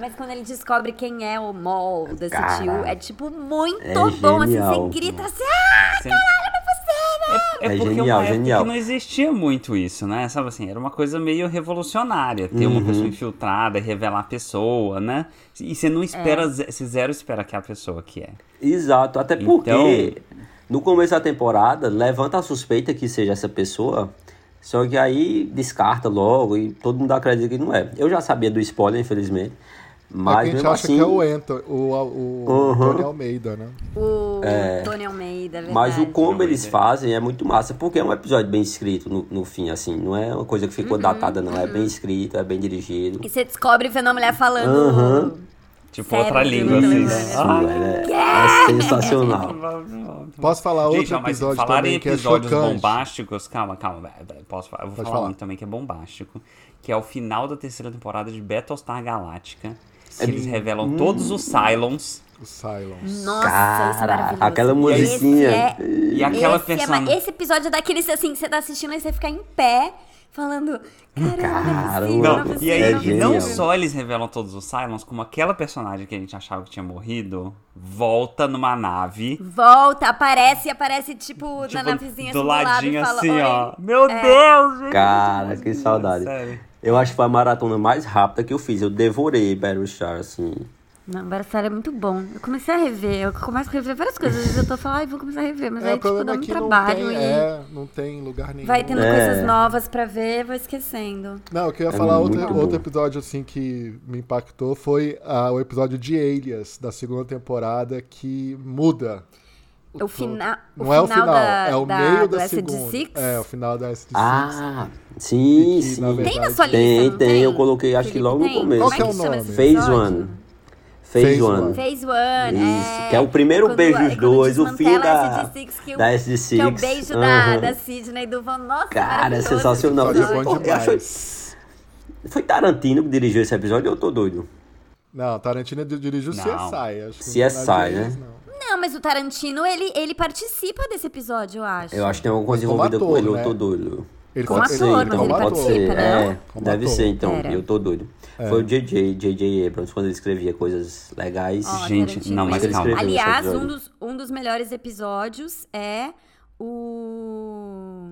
[SPEAKER 1] Mas quando ele descobre quem é o mol da
[SPEAKER 4] Cara,
[SPEAKER 1] CTU, é tipo muito
[SPEAKER 4] é
[SPEAKER 1] bom. Assim, você
[SPEAKER 4] genial.
[SPEAKER 1] grita assim,
[SPEAKER 2] Sem- É, é
[SPEAKER 4] É
[SPEAKER 2] porque
[SPEAKER 4] genial,
[SPEAKER 2] uma época
[SPEAKER 4] genial.
[SPEAKER 2] que não existia muito isso, né? Sabe assim, era uma coisa meio revolucionária. Ter
[SPEAKER 4] Uhum.
[SPEAKER 2] uma pessoa infiltrada, revelar a pessoa, né? E você não espera, ze- você zero espera que é a pessoa que é.
[SPEAKER 4] Exato, até
[SPEAKER 2] Então-
[SPEAKER 4] porque no começo da temporada levanta a suspeita que seja essa pessoa, só que aí descarta logo e todo mundo acredita que não é. Eu já sabia do spoiler, infelizmente,
[SPEAKER 3] É que a
[SPEAKER 4] mas
[SPEAKER 3] gente
[SPEAKER 4] mesmo
[SPEAKER 3] acha
[SPEAKER 4] assim,
[SPEAKER 3] que é o Anton, o, o
[SPEAKER 4] Uhum.
[SPEAKER 3] Tony Almeida, né?
[SPEAKER 1] o Tony Almeida, é verdade.
[SPEAKER 4] mas o como
[SPEAKER 2] Não,
[SPEAKER 4] eles
[SPEAKER 2] mas é.
[SPEAKER 4] fazem é muito massa, porque é um episódio bem escrito no, no fim, assim, não é uma coisa que ficou
[SPEAKER 1] Uhum,
[SPEAKER 4] datada, não, é bem escrito, é bem dirigido.
[SPEAKER 1] E você descobre vendo a mulher falando.
[SPEAKER 2] Tipo,
[SPEAKER 1] Sério,
[SPEAKER 2] outra
[SPEAKER 1] você
[SPEAKER 2] língua,
[SPEAKER 1] não
[SPEAKER 2] assim,
[SPEAKER 1] lembra,
[SPEAKER 2] né?
[SPEAKER 1] né?
[SPEAKER 4] Isso,
[SPEAKER 2] Ah,
[SPEAKER 4] velho, é, é sensacional.
[SPEAKER 3] Posso falar outro
[SPEAKER 2] Gente, não, mas
[SPEAKER 3] episódio
[SPEAKER 2] falar
[SPEAKER 3] também
[SPEAKER 2] em
[SPEAKER 3] que é
[SPEAKER 2] episódios
[SPEAKER 3] chocante?
[SPEAKER 2] bombásticos, calma, calma, vai, vai, posso falar, eu vou
[SPEAKER 3] Pode
[SPEAKER 2] falar,
[SPEAKER 3] falar.
[SPEAKER 2] um também que é bombástico, que é o final da terceira temporada de Battlestar Galáctica, que
[SPEAKER 3] É
[SPEAKER 4] Sim.
[SPEAKER 2] eles revelam todos os Cylons
[SPEAKER 3] O Silence.
[SPEAKER 1] Nossa, isso é
[SPEAKER 4] Cara,
[SPEAKER 1] maravilhoso.
[SPEAKER 4] aquela musiquinha.
[SPEAKER 1] Esse é
[SPEAKER 2] e aquela
[SPEAKER 1] esse, é ma-
[SPEAKER 2] personagem...
[SPEAKER 1] esse episódio é daqueles assim, que você tá assistindo e você fica em pé, falando. Caramba,
[SPEAKER 4] Caramba.
[SPEAKER 1] não,
[SPEAKER 2] Não,
[SPEAKER 1] é possível,
[SPEAKER 2] e
[SPEAKER 1] não,
[SPEAKER 2] aí,
[SPEAKER 1] é possível."
[SPEAKER 2] não
[SPEAKER 4] genial.
[SPEAKER 2] só eles revelam todos os Cylons, como aquela personagem que a gente achava que tinha morrido, volta numa nave.
[SPEAKER 1] Volta, aparece, aparece tipo, na
[SPEAKER 2] tipo,
[SPEAKER 1] navezinha
[SPEAKER 2] do
[SPEAKER 1] assim,
[SPEAKER 2] ladinho
[SPEAKER 1] lado, e
[SPEAKER 2] assim,
[SPEAKER 1] fala, É.
[SPEAKER 2] ó. Meu Deus, gente.
[SPEAKER 4] Cara, que saudade.
[SPEAKER 2] Sério.
[SPEAKER 4] Eu acho que foi a maratona mais rápida que eu fiz. Eu devorei Battlestar, assim.
[SPEAKER 1] Não, Battlestar é muito bom. Eu comecei a rever, eu começo a rever várias coisas. Às vezes eu tô falando, ai, vou começar a rever, mas
[SPEAKER 3] É,
[SPEAKER 1] aí,
[SPEAKER 3] o
[SPEAKER 1] tipo,
[SPEAKER 3] problema
[SPEAKER 1] dá
[SPEAKER 3] é
[SPEAKER 1] um
[SPEAKER 3] que não
[SPEAKER 1] trabalho
[SPEAKER 3] tem,
[SPEAKER 1] e
[SPEAKER 3] é, não tem lugar nenhum.
[SPEAKER 1] vai tendo
[SPEAKER 4] É.
[SPEAKER 1] coisas novas pra ver, vou esquecendo.
[SPEAKER 3] Não, eu queria
[SPEAKER 4] É
[SPEAKER 3] falar
[SPEAKER 4] muito
[SPEAKER 3] outro,
[SPEAKER 4] bom.
[SPEAKER 3] outro episódio assim que me impactou foi ah, o episódio de Alias, da segunda temporada, que muda.
[SPEAKER 1] O, final,
[SPEAKER 3] Não é o final,
[SPEAKER 1] da,
[SPEAKER 3] é o
[SPEAKER 1] da-
[SPEAKER 3] meio
[SPEAKER 1] do
[SPEAKER 3] da segunda.
[SPEAKER 1] SD6?
[SPEAKER 3] É, o final da SD6.
[SPEAKER 4] Ah,
[SPEAKER 3] E
[SPEAKER 4] sim,
[SPEAKER 3] que,
[SPEAKER 4] sim.
[SPEAKER 3] na
[SPEAKER 1] Tem na
[SPEAKER 3] verdade,
[SPEAKER 1] sua lista?
[SPEAKER 4] Tem,
[SPEAKER 1] não
[SPEAKER 4] tem, eu coloquei, acho que
[SPEAKER 1] Felipe,
[SPEAKER 4] logo no
[SPEAKER 1] tem?
[SPEAKER 4] começo.
[SPEAKER 3] Qual
[SPEAKER 1] Como que
[SPEAKER 3] que é o
[SPEAKER 1] chama
[SPEAKER 3] nome?
[SPEAKER 1] esse
[SPEAKER 4] Phase
[SPEAKER 1] episódio?
[SPEAKER 4] One. Phase
[SPEAKER 3] Phase
[SPEAKER 4] One.
[SPEAKER 3] One.
[SPEAKER 1] Phase One,
[SPEAKER 4] Isso, que é o primeiro beijo dos dois, o fim da-
[SPEAKER 1] SD6, que o-
[SPEAKER 4] da
[SPEAKER 1] Que
[SPEAKER 4] SD6,
[SPEAKER 1] é o beijo da,
[SPEAKER 4] aham.
[SPEAKER 1] da Sidney e do Van. Nossa,
[SPEAKER 4] Cara, é
[SPEAKER 1] maravilhoso esse
[SPEAKER 4] sensacional.
[SPEAKER 3] episódio
[SPEAKER 1] episódio.
[SPEAKER 3] é bom
[SPEAKER 4] Eu acho-
[SPEAKER 3] demais.
[SPEAKER 4] Foi Tarantino que dirigiu esse episódio, eu tô doido.
[SPEAKER 3] Não, Tarantino di- dirige o
[SPEAKER 2] Não.
[SPEAKER 3] CSI. Acho que
[SPEAKER 4] CSI,
[SPEAKER 3] não é de
[SPEAKER 4] né?
[SPEAKER 3] Alias, não.
[SPEAKER 1] Não, mas o Tarantino, ele, ele participa desse episódio, eu acho.
[SPEAKER 4] Eu acho que tem alguma coisa
[SPEAKER 3] Mas como
[SPEAKER 4] envolvida com
[SPEAKER 3] ator,
[SPEAKER 4] ele,
[SPEAKER 3] né?
[SPEAKER 4] eu tô doido.
[SPEAKER 3] Ele
[SPEAKER 1] Como
[SPEAKER 3] pode
[SPEAKER 1] ator,
[SPEAKER 3] ser,
[SPEAKER 1] mas
[SPEAKER 3] então,
[SPEAKER 1] ele
[SPEAKER 3] como
[SPEAKER 4] pode
[SPEAKER 3] ator.
[SPEAKER 4] ser,
[SPEAKER 1] né?
[SPEAKER 4] é,
[SPEAKER 3] Como
[SPEAKER 4] deve
[SPEAKER 3] ator. É.
[SPEAKER 4] ser então,
[SPEAKER 1] Era.
[SPEAKER 4] eu tô doido. Foi o JJ, JJ Abrams, quando ele escrevia coisas legais.
[SPEAKER 1] Ó,
[SPEAKER 2] Gente,
[SPEAKER 1] Tarantino,
[SPEAKER 2] não, mas
[SPEAKER 1] ele-
[SPEAKER 2] calma.
[SPEAKER 1] Aliás,
[SPEAKER 4] Esse
[SPEAKER 1] um
[SPEAKER 4] episódio.
[SPEAKER 1] dos, um dos melhores episódios é o.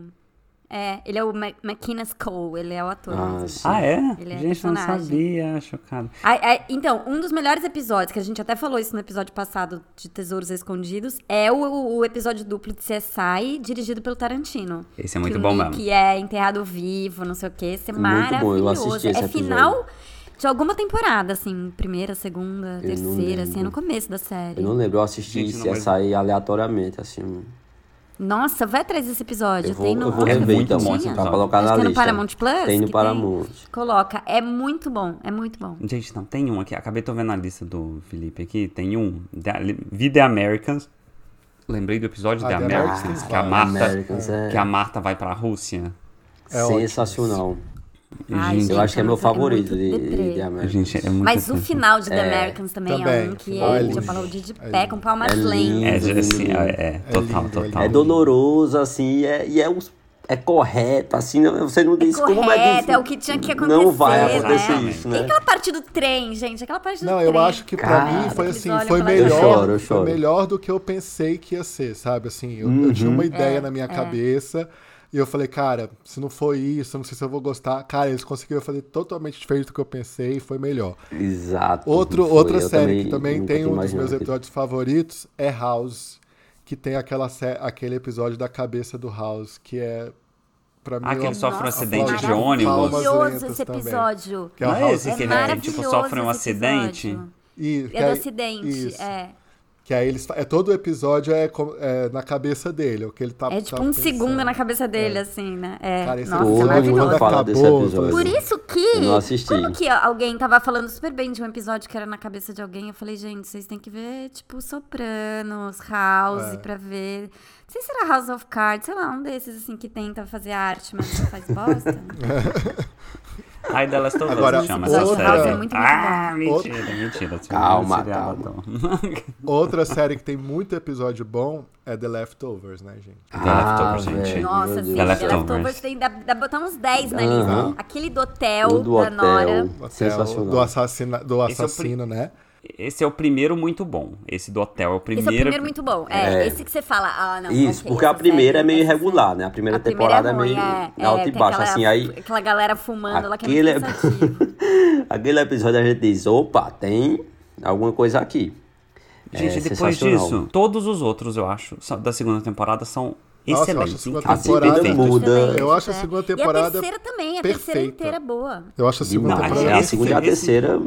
[SPEAKER 1] É, ele é o Ma- McKinnis Cole, ele é o ator.
[SPEAKER 4] Ah,
[SPEAKER 1] mesmo.
[SPEAKER 4] sim.
[SPEAKER 2] Ah, é?
[SPEAKER 1] Ele é
[SPEAKER 2] Gente, eu não
[SPEAKER 1] personagem.
[SPEAKER 2] sabia, chocado.
[SPEAKER 1] Ai, ai, então, um dos melhores episódios, que a gente até falou isso no episódio passado de Tesouros Escondidos, é o, o episódio duplo de CSI, dirigido pelo Tarantino.
[SPEAKER 2] Esse é muito
[SPEAKER 1] que
[SPEAKER 2] bom
[SPEAKER 1] o
[SPEAKER 2] mesmo.
[SPEAKER 1] Nick é enterrado vivo, não sei o quê. Esse é
[SPEAKER 4] Muito bom, eu
[SPEAKER 1] maravilhoso.
[SPEAKER 4] assisti esse
[SPEAKER 1] é final de alguma temporada, assim, primeira, segunda,
[SPEAKER 4] Eu não
[SPEAKER 1] terceira, assim, é no
[SPEAKER 4] lembro.
[SPEAKER 1] começo da série.
[SPEAKER 4] Eu não lembro, eu assisti
[SPEAKER 2] Gente, não, mas-
[SPEAKER 4] essa aí aleatoriamente, assim.
[SPEAKER 1] Nossa, vai atrás desse episódio.
[SPEAKER 4] Eu vou,
[SPEAKER 1] tem no
[SPEAKER 4] eu vou
[SPEAKER 2] É
[SPEAKER 1] Amazon,
[SPEAKER 4] rever,
[SPEAKER 2] muito
[SPEAKER 4] então,
[SPEAKER 2] bom
[SPEAKER 1] tinha?
[SPEAKER 2] esse
[SPEAKER 4] pra
[SPEAKER 2] episódio.
[SPEAKER 4] colocar
[SPEAKER 1] Acho
[SPEAKER 4] na
[SPEAKER 1] que é no
[SPEAKER 4] lista.
[SPEAKER 1] Paramount Plus?
[SPEAKER 4] Tem no
[SPEAKER 1] que
[SPEAKER 4] Paramount.
[SPEAKER 1] Coloca, é muito bom, é muito bom.
[SPEAKER 2] Gente, não, tem um aqui. Acabei tô vendo a lista do Felipe aqui. Tem um. da- Vi The Americans. Lembrei do episódio
[SPEAKER 3] Ah,
[SPEAKER 2] The
[SPEAKER 3] The
[SPEAKER 2] Americans,
[SPEAKER 3] Americans,
[SPEAKER 2] que a
[SPEAKER 3] claro.
[SPEAKER 2] Marta.
[SPEAKER 4] Americans é,
[SPEAKER 2] Que a Marta vai pra Rússia.
[SPEAKER 3] É ótimo.
[SPEAKER 4] sensacional.
[SPEAKER 1] Ai,
[SPEAKER 2] gente,
[SPEAKER 4] Eu acho que é meu
[SPEAKER 1] muito- é muito
[SPEAKER 4] favorito de,
[SPEAKER 1] deprê.
[SPEAKER 4] de, de Americans.
[SPEAKER 2] gente, é muito
[SPEAKER 1] Mas o
[SPEAKER 2] assim.
[SPEAKER 1] final de The Americans também, é
[SPEAKER 3] Também.
[SPEAKER 1] um que
[SPEAKER 3] Olha,
[SPEAKER 1] é, já falou de, de pé,
[SPEAKER 3] é
[SPEAKER 1] com palmas
[SPEAKER 4] É lindo.
[SPEAKER 1] lentes.
[SPEAKER 2] É, de- assim, é, é, total,
[SPEAKER 3] lindo, é
[SPEAKER 2] total.
[SPEAKER 4] É doloroso, assim, e é, e é, uns- é correto, assim, não- você não diz como é
[SPEAKER 1] correto,
[SPEAKER 4] difícil.
[SPEAKER 1] é o que tinha que
[SPEAKER 4] Não vai
[SPEAKER 1] acontecer,
[SPEAKER 4] acontecer
[SPEAKER 2] né?
[SPEAKER 4] isso,
[SPEAKER 1] Tem
[SPEAKER 4] né?
[SPEAKER 1] aquela parte do trem, gente, aquela parte do
[SPEAKER 3] Não,
[SPEAKER 1] trem.
[SPEAKER 3] eu acho que pra
[SPEAKER 4] Cara,
[SPEAKER 3] mim foi
[SPEAKER 1] eles
[SPEAKER 3] assim,
[SPEAKER 1] olham
[SPEAKER 3] foi
[SPEAKER 1] e falam,
[SPEAKER 3] melhor,
[SPEAKER 4] Eu choro, eu
[SPEAKER 3] foi
[SPEAKER 4] choro.
[SPEAKER 3] melhor do que eu pensei que ia ser, sabe? Assim, eu, eu tinha
[SPEAKER 1] Uhum.
[SPEAKER 3] uma ideia
[SPEAKER 1] É,
[SPEAKER 3] na minha cabeça e eu falei, cara, se não foi isso, eu não sei se eu vou gostar. Cara, eles conseguiram fazer totalmente diferente do que eu pensei e foi melhor.
[SPEAKER 4] Exato.
[SPEAKER 3] Outro,
[SPEAKER 4] Uhum. foi.
[SPEAKER 3] outra
[SPEAKER 4] Eu
[SPEAKER 3] série que também
[SPEAKER 4] nunca
[SPEAKER 3] tem
[SPEAKER 4] tinha
[SPEAKER 3] um dos meus
[SPEAKER 4] imaginado que-
[SPEAKER 3] episódios favoritos é House, que tem aquela sé- aquele episódio da cabeça do House, que é pra mim é
[SPEAKER 2] Ah, que ele
[SPEAKER 3] eu-
[SPEAKER 2] sofre um
[SPEAKER 3] eu
[SPEAKER 2] acidente
[SPEAKER 3] falo-
[SPEAKER 2] de ônibus.
[SPEAKER 3] palmas lentas
[SPEAKER 1] Maravilhoso esse
[SPEAKER 3] também.
[SPEAKER 1] episódio.
[SPEAKER 3] Que é o
[SPEAKER 2] Não é
[SPEAKER 3] House
[SPEAKER 2] esse que
[SPEAKER 3] Effect.
[SPEAKER 2] ele,
[SPEAKER 1] maravilhoso
[SPEAKER 2] tipo, sofre um
[SPEAKER 1] esse
[SPEAKER 2] acidente?
[SPEAKER 1] episódio.
[SPEAKER 3] E- que
[SPEAKER 1] É do
[SPEAKER 3] aí-
[SPEAKER 1] acidente,
[SPEAKER 3] isso.
[SPEAKER 1] é.
[SPEAKER 3] Que aí eles. fa- É, todo episódio é, com- é na cabeça dele, é o que ele tá.
[SPEAKER 1] É tipo
[SPEAKER 3] tá
[SPEAKER 1] um
[SPEAKER 3] pensando.
[SPEAKER 1] segundo na cabeça dele, assim, né? É,
[SPEAKER 3] Cara, esse
[SPEAKER 1] nossa, é
[SPEAKER 4] Todo
[SPEAKER 3] episódio, quando
[SPEAKER 1] maravilhoso.
[SPEAKER 4] mundo fala desse
[SPEAKER 3] acabou, eu
[SPEAKER 4] episódio.
[SPEAKER 3] falei,
[SPEAKER 1] Por
[SPEAKER 4] Pois é.
[SPEAKER 1] isso que.
[SPEAKER 4] Eu não assisti.
[SPEAKER 1] Quando que alguém tava falando super bem de um episódio que era na cabeça de alguém, eu falei, gente, vocês têm que ver, tipo, Sopranos, House,
[SPEAKER 3] É.
[SPEAKER 1] pra ver. Não sei se era House of Cards, sei lá, um desses, assim, que tenta fazer arte, mas não faz
[SPEAKER 4] [laughs]
[SPEAKER 1] bosta. [laughs]
[SPEAKER 2] Ai, The Last of Us
[SPEAKER 3] Agora,
[SPEAKER 2] se chama
[SPEAKER 3] outra-
[SPEAKER 2] essa
[SPEAKER 3] Nossa,
[SPEAKER 2] série.
[SPEAKER 3] é
[SPEAKER 1] muito, muito
[SPEAKER 2] ah,
[SPEAKER 1] bom.
[SPEAKER 2] mentira, mentira. esse
[SPEAKER 4] Calma,
[SPEAKER 2] serial, então.
[SPEAKER 3] Outra série que tem muito episódio bom é The Leftovers, né, gente?
[SPEAKER 4] Ah,
[SPEAKER 2] Leftovers,
[SPEAKER 4] velho,
[SPEAKER 2] gente.
[SPEAKER 4] meu
[SPEAKER 1] Nossa,
[SPEAKER 4] Deus.
[SPEAKER 1] assim,
[SPEAKER 2] The
[SPEAKER 1] The
[SPEAKER 2] Leftovers.
[SPEAKER 1] Leftovers tem, dá, dá botar uns 10 na
[SPEAKER 4] Aham.
[SPEAKER 1] lista. Aquele do hotel,
[SPEAKER 4] O do
[SPEAKER 1] da Nora.
[SPEAKER 4] hotel.
[SPEAKER 3] O hotel,
[SPEAKER 4] Sensacional.
[SPEAKER 3] Do, assassina, do
[SPEAKER 2] Esse é o
[SPEAKER 3] assassino, né?
[SPEAKER 2] [laughs] Esse é o primeiro muito bom. Esse do hotel é
[SPEAKER 1] Esse é
[SPEAKER 2] o
[SPEAKER 1] o
[SPEAKER 2] primeiro.
[SPEAKER 1] primeiro muito bom. É, esse que você fala, ah, não.
[SPEAKER 4] Isso,
[SPEAKER 1] ok,
[SPEAKER 4] porque a
[SPEAKER 1] essa
[SPEAKER 4] primeira é
[SPEAKER 1] série-
[SPEAKER 4] meio
[SPEAKER 1] essa-
[SPEAKER 4] irregular, né? A primeira
[SPEAKER 1] A
[SPEAKER 4] temporada é
[SPEAKER 1] ruim,
[SPEAKER 4] meio
[SPEAKER 1] é,
[SPEAKER 4] alta
[SPEAKER 1] tem
[SPEAKER 4] e baixa,
[SPEAKER 1] aquela-
[SPEAKER 4] assim, aí...
[SPEAKER 1] Aquela galera fumando lá que
[SPEAKER 4] Aquele
[SPEAKER 1] é
[SPEAKER 4] é-
[SPEAKER 1] muito cansativo.
[SPEAKER 4] [laughs] Aquele episódio a gente diz, opa, tem alguma coisa aqui.
[SPEAKER 2] Gente,
[SPEAKER 4] É
[SPEAKER 2] depois
[SPEAKER 4] sensacional.
[SPEAKER 2] disso, todos os outros, eu acho, são- da segunda temporada são
[SPEAKER 3] Nossa, eu acho a
[SPEAKER 2] excelentes.
[SPEAKER 3] segunda é
[SPEAKER 2] incríveis,
[SPEAKER 4] temporada
[SPEAKER 2] perfeitos.
[SPEAKER 4] muito boa. Muda.
[SPEAKER 1] Excelente,
[SPEAKER 3] Eu acho a
[SPEAKER 1] né?
[SPEAKER 3] segunda
[SPEAKER 1] E a
[SPEAKER 3] temporada
[SPEAKER 1] terceira também, a terceira
[SPEAKER 3] perfeita.
[SPEAKER 1] inteira é boa.
[SPEAKER 3] Eu acho a segunda
[SPEAKER 2] Não,
[SPEAKER 4] Demais.
[SPEAKER 2] esse-
[SPEAKER 4] É,
[SPEAKER 3] temporada.
[SPEAKER 4] a
[SPEAKER 2] esse-
[SPEAKER 4] segunda e a
[SPEAKER 2] esse-
[SPEAKER 4] terceira...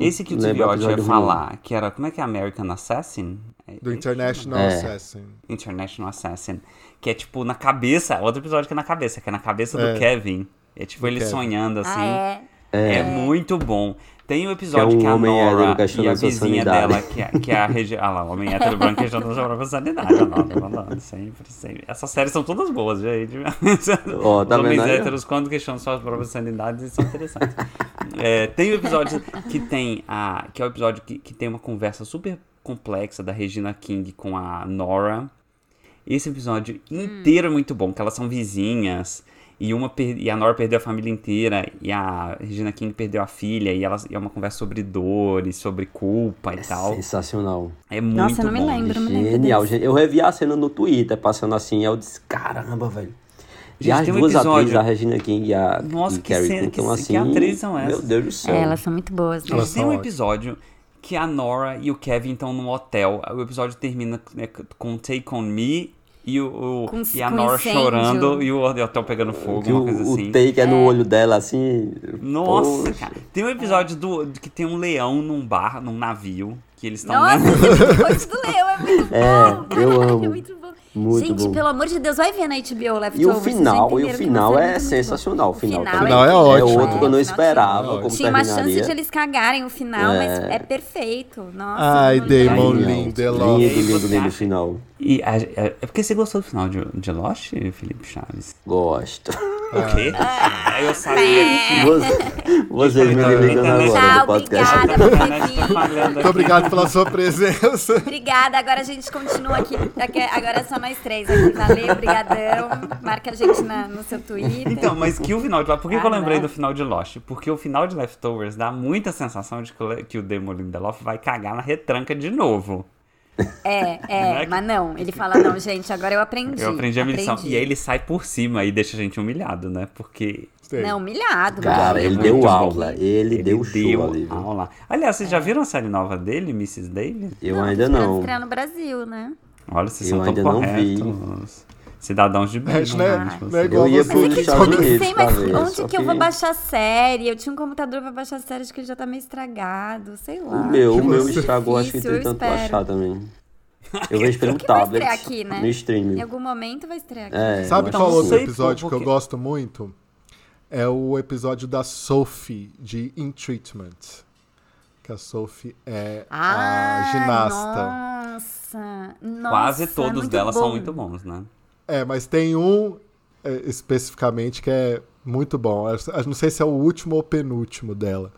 [SPEAKER 2] Esse que o
[SPEAKER 4] lembra
[SPEAKER 2] Tiviotti ia
[SPEAKER 4] episódio ruim.
[SPEAKER 2] falar, que era. Como é que é American Assassin? É-
[SPEAKER 3] Do
[SPEAKER 2] é-
[SPEAKER 3] International
[SPEAKER 4] É.
[SPEAKER 3] Assassin.
[SPEAKER 2] International Assassin. Que é tipo na cabeça. Outro episódio que é na cabeça, que é na cabeça do
[SPEAKER 3] É.
[SPEAKER 2] Kevin. É tipo ele
[SPEAKER 3] Kevin.
[SPEAKER 2] sonhando assim.
[SPEAKER 1] Ah, é.
[SPEAKER 2] É muito bom. Tem um episódio
[SPEAKER 4] Que é um
[SPEAKER 2] que, a
[SPEAKER 4] homem hétero
[SPEAKER 2] Nora
[SPEAKER 4] questionando
[SPEAKER 2] e a
[SPEAKER 4] sua
[SPEAKER 2] vizinha
[SPEAKER 4] sanidade.
[SPEAKER 2] dela, que, é- que é a região. Ah lá, o homem hétero branco questionando a sua própria sanidade. Ah, não, não, não, sempre, sempre. Essas séries são todas boas, gente.
[SPEAKER 4] Ó,
[SPEAKER 2] Os
[SPEAKER 4] tá
[SPEAKER 2] homens
[SPEAKER 4] vendo aí, ó?
[SPEAKER 2] héteros, quando questionam suas próprias sanidades, são interessantes. É, tem um episódio que tem a. que é o episódio que, que tem uma conversa super complexa da Regina King com a Nora. Esse episódio inteiro é muito bom, que elas são vizinhas. E, uma per- e a Nora perdeu a família inteira, e a Regina King perdeu a filha, e, elas, e é uma conversa sobre dores, sobre culpa e tal.
[SPEAKER 4] Sensacional.
[SPEAKER 2] É muito
[SPEAKER 1] Nossa, eu não me
[SPEAKER 2] bom.
[SPEAKER 1] lembro. não lembro
[SPEAKER 4] Genial,
[SPEAKER 1] desse.
[SPEAKER 4] gente. Eu revi a cena no Twitter, passando assim, aí eu disse, caramba, velho. E
[SPEAKER 2] Gente,
[SPEAKER 4] as
[SPEAKER 2] tem um
[SPEAKER 4] duas
[SPEAKER 2] episódio-
[SPEAKER 4] atrizes, a Regina King e a
[SPEAKER 2] Nossa,
[SPEAKER 4] e
[SPEAKER 2] que
[SPEAKER 4] Carrie
[SPEAKER 2] cena-
[SPEAKER 4] Cook,
[SPEAKER 2] que-
[SPEAKER 4] estão
[SPEAKER 2] que atriz são essas?
[SPEAKER 4] Meu Deus do céu.
[SPEAKER 1] É, elas são muito boas, né?
[SPEAKER 3] Elas
[SPEAKER 2] Mas tem um
[SPEAKER 3] são
[SPEAKER 2] episódio que a Nora e o Kevin estão num hotel. O episódio termina né, com Take On Me e, o, o-
[SPEAKER 1] Com-
[SPEAKER 2] e a
[SPEAKER 1] com
[SPEAKER 2] Nora
[SPEAKER 1] incêndio.
[SPEAKER 2] chorando e o hotel pegando fogo,
[SPEAKER 4] Que
[SPEAKER 2] uma
[SPEAKER 4] o,
[SPEAKER 2] coisa
[SPEAKER 4] o
[SPEAKER 2] assim.
[SPEAKER 4] take é no olho dela, assim.
[SPEAKER 2] Nossa,
[SPEAKER 4] poxa.
[SPEAKER 2] cara. Tem um episódio do, do que tem um leão num bar, num navio, que eles estão
[SPEAKER 1] Nossa, esse coisa do Leo é muito bom.
[SPEAKER 4] [laughs] É,
[SPEAKER 1] caralho, [laughs]
[SPEAKER 4] eu amo.
[SPEAKER 1] muito bom.
[SPEAKER 4] Muito
[SPEAKER 1] gente,
[SPEAKER 4] bom.
[SPEAKER 1] pelo amor de Deus, vai ver na HBO Leftovers.
[SPEAKER 4] E o
[SPEAKER 1] vocês já
[SPEAKER 4] final, e
[SPEAKER 1] entenderam
[SPEAKER 4] o
[SPEAKER 1] que
[SPEAKER 4] final
[SPEAKER 1] vai
[SPEAKER 4] é,
[SPEAKER 1] ser muito bom.
[SPEAKER 4] sensacional. O final,
[SPEAKER 1] final
[SPEAKER 4] também.
[SPEAKER 3] é ótimo.
[SPEAKER 4] É outro que eu não
[SPEAKER 1] É, o final é
[SPEAKER 4] esperava
[SPEAKER 3] ótimo.
[SPEAKER 4] como
[SPEAKER 1] Tinha uma chance
[SPEAKER 4] terminaria.
[SPEAKER 1] de eles cagarem o final, mas
[SPEAKER 4] É.
[SPEAKER 1] é perfeito. Nossa,
[SPEAKER 3] Ai,
[SPEAKER 1] não lembro.
[SPEAKER 3] Damon
[SPEAKER 4] Genial.
[SPEAKER 3] Lindelof.
[SPEAKER 2] E aí,
[SPEAKER 4] Lindo,
[SPEAKER 2] você
[SPEAKER 4] lindo, lindo
[SPEAKER 2] acha-
[SPEAKER 4] final.
[SPEAKER 2] E a- a- é porque você gostou do final de, de Lost, Felipe Chaves?
[SPEAKER 4] Gosto.
[SPEAKER 2] O quê? Ah,
[SPEAKER 1] É.
[SPEAKER 2] eu sabia.
[SPEAKER 4] [laughs] Você- Vocês me
[SPEAKER 2] Então,
[SPEAKER 4] ligando
[SPEAKER 2] então,
[SPEAKER 4] agora
[SPEAKER 1] tchau,
[SPEAKER 4] no podcast.
[SPEAKER 1] obrigada.
[SPEAKER 2] A internet tá falhando
[SPEAKER 3] Muito
[SPEAKER 2] aqui.
[SPEAKER 3] obrigado pela sua presença.
[SPEAKER 1] Obrigada, agora a gente continua aqui. Aqui- Agora é só nós três aqui. Valeu, brigadão. Marca a gente na- no seu Twitter.
[SPEAKER 2] Então, mas que o final de Lost. Por que, que eu
[SPEAKER 1] Ah,
[SPEAKER 2] lembrei
[SPEAKER 1] não.
[SPEAKER 2] do final de Lost? Porque o final de Leftovers dá muita sensação de que o Le- que o Damon Lindelof vai cagar na retranca de novo.
[SPEAKER 1] É,
[SPEAKER 2] Não é
[SPEAKER 1] é,
[SPEAKER 2] que-
[SPEAKER 1] mas não. Ele fala, não, gente, agora eu aprendi.
[SPEAKER 2] Eu aprendi a minha lição.
[SPEAKER 1] aprendi.
[SPEAKER 2] E aí ele sai por cima e deixa a gente humilhado, né? Porque
[SPEAKER 3] Sei.
[SPEAKER 1] Não, humilhado.
[SPEAKER 4] Cara,
[SPEAKER 1] mas-
[SPEAKER 4] ele
[SPEAKER 2] muito
[SPEAKER 4] deu
[SPEAKER 2] bom.
[SPEAKER 4] aula. Ele, deu um show ali, viu?
[SPEAKER 2] aula. Aliás,
[SPEAKER 1] É.
[SPEAKER 2] vocês já viram a série nova dele, Mrs. Davis?
[SPEAKER 4] Eu
[SPEAKER 1] Não,
[SPEAKER 4] ainda
[SPEAKER 1] tô esperando
[SPEAKER 4] não.
[SPEAKER 1] estrear no Brasil, né?
[SPEAKER 2] Olha, vocês
[SPEAKER 4] Eu
[SPEAKER 2] são tão
[SPEAKER 4] ainda não vi.
[SPEAKER 2] corretos. Cidadãos de bem,
[SPEAKER 3] Mas,
[SPEAKER 1] Ah,
[SPEAKER 3] né,
[SPEAKER 2] né? tipo
[SPEAKER 3] né,
[SPEAKER 2] assim.
[SPEAKER 3] igual
[SPEAKER 4] Eu ia
[SPEAKER 3] você.
[SPEAKER 1] Mas é
[SPEAKER 4] pro-
[SPEAKER 1] que
[SPEAKER 4] Estados
[SPEAKER 1] eu não
[SPEAKER 4] Unidos
[SPEAKER 1] sei mais
[SPEAKER 4] pra ver, só
[SPEAKER 1] onde que eu vou
[SPEAKER 4] que-
[SPEAKER 1] baixar a série. Eu tinha um computador pra baixar a série, acho que ele já tá meio estragado, sei lá.
[SPEAKER 4] O meu, o meu
[SPEAKER 3] Difícil,
[SPEAKER 4] estragou, acho que tem
[SPEAKER 1] eu
[SPEAKER 4] tanto
[SPEAKER 1] espero. [laughs]
[SPEAKER 4] achar também. Eu vejo pelo
[SPEAKER 1] que vai
[SPEAKER 4] tablet.
[SPEAKER 1] estrear aqui, né?
[SPEAKER 4] No
[SPEAKER 1] Em
[SPEAKER 4] streaming.
[SPEAKER 1] algum momento vai estrear aqui.
[SPEAKER 4] É,
[SPEAKER 3] Sabe
[SPEAKER 4] eu
[SPEAKER 2] Então,
[SPEAKER 3] qual
[SPEAKER 4] acho
[SPEAKER 2] não
[SPEAKER 3] outro
[SPEAKER 2] sei,
[SPEAKER 3] episódio
[SPEAKER 2] pô,
[SPEAKER 3] que eu
[SPEAKER 2] porque-
[SPEAKER 3] gosto muito? É o episódio da Sophie de In Treatment. Que a Sophie é a ginasta.
[SPEAKER 1] Nossa, nossa.
[SPEAKER 2] Ah,
[SPEAKER 1] é
[SPEAKER 2] Quase todos
[SPEAKER 1] muito
[SPEAKER 2] dela são
[SPEAKER 1] bom.
[SPEAKER 2] muito bons, né?
[SPEAKER 3] É, mas tem um é, especificamente que é muito bom. Eu eu não sei se é o último ou penúltimo dela.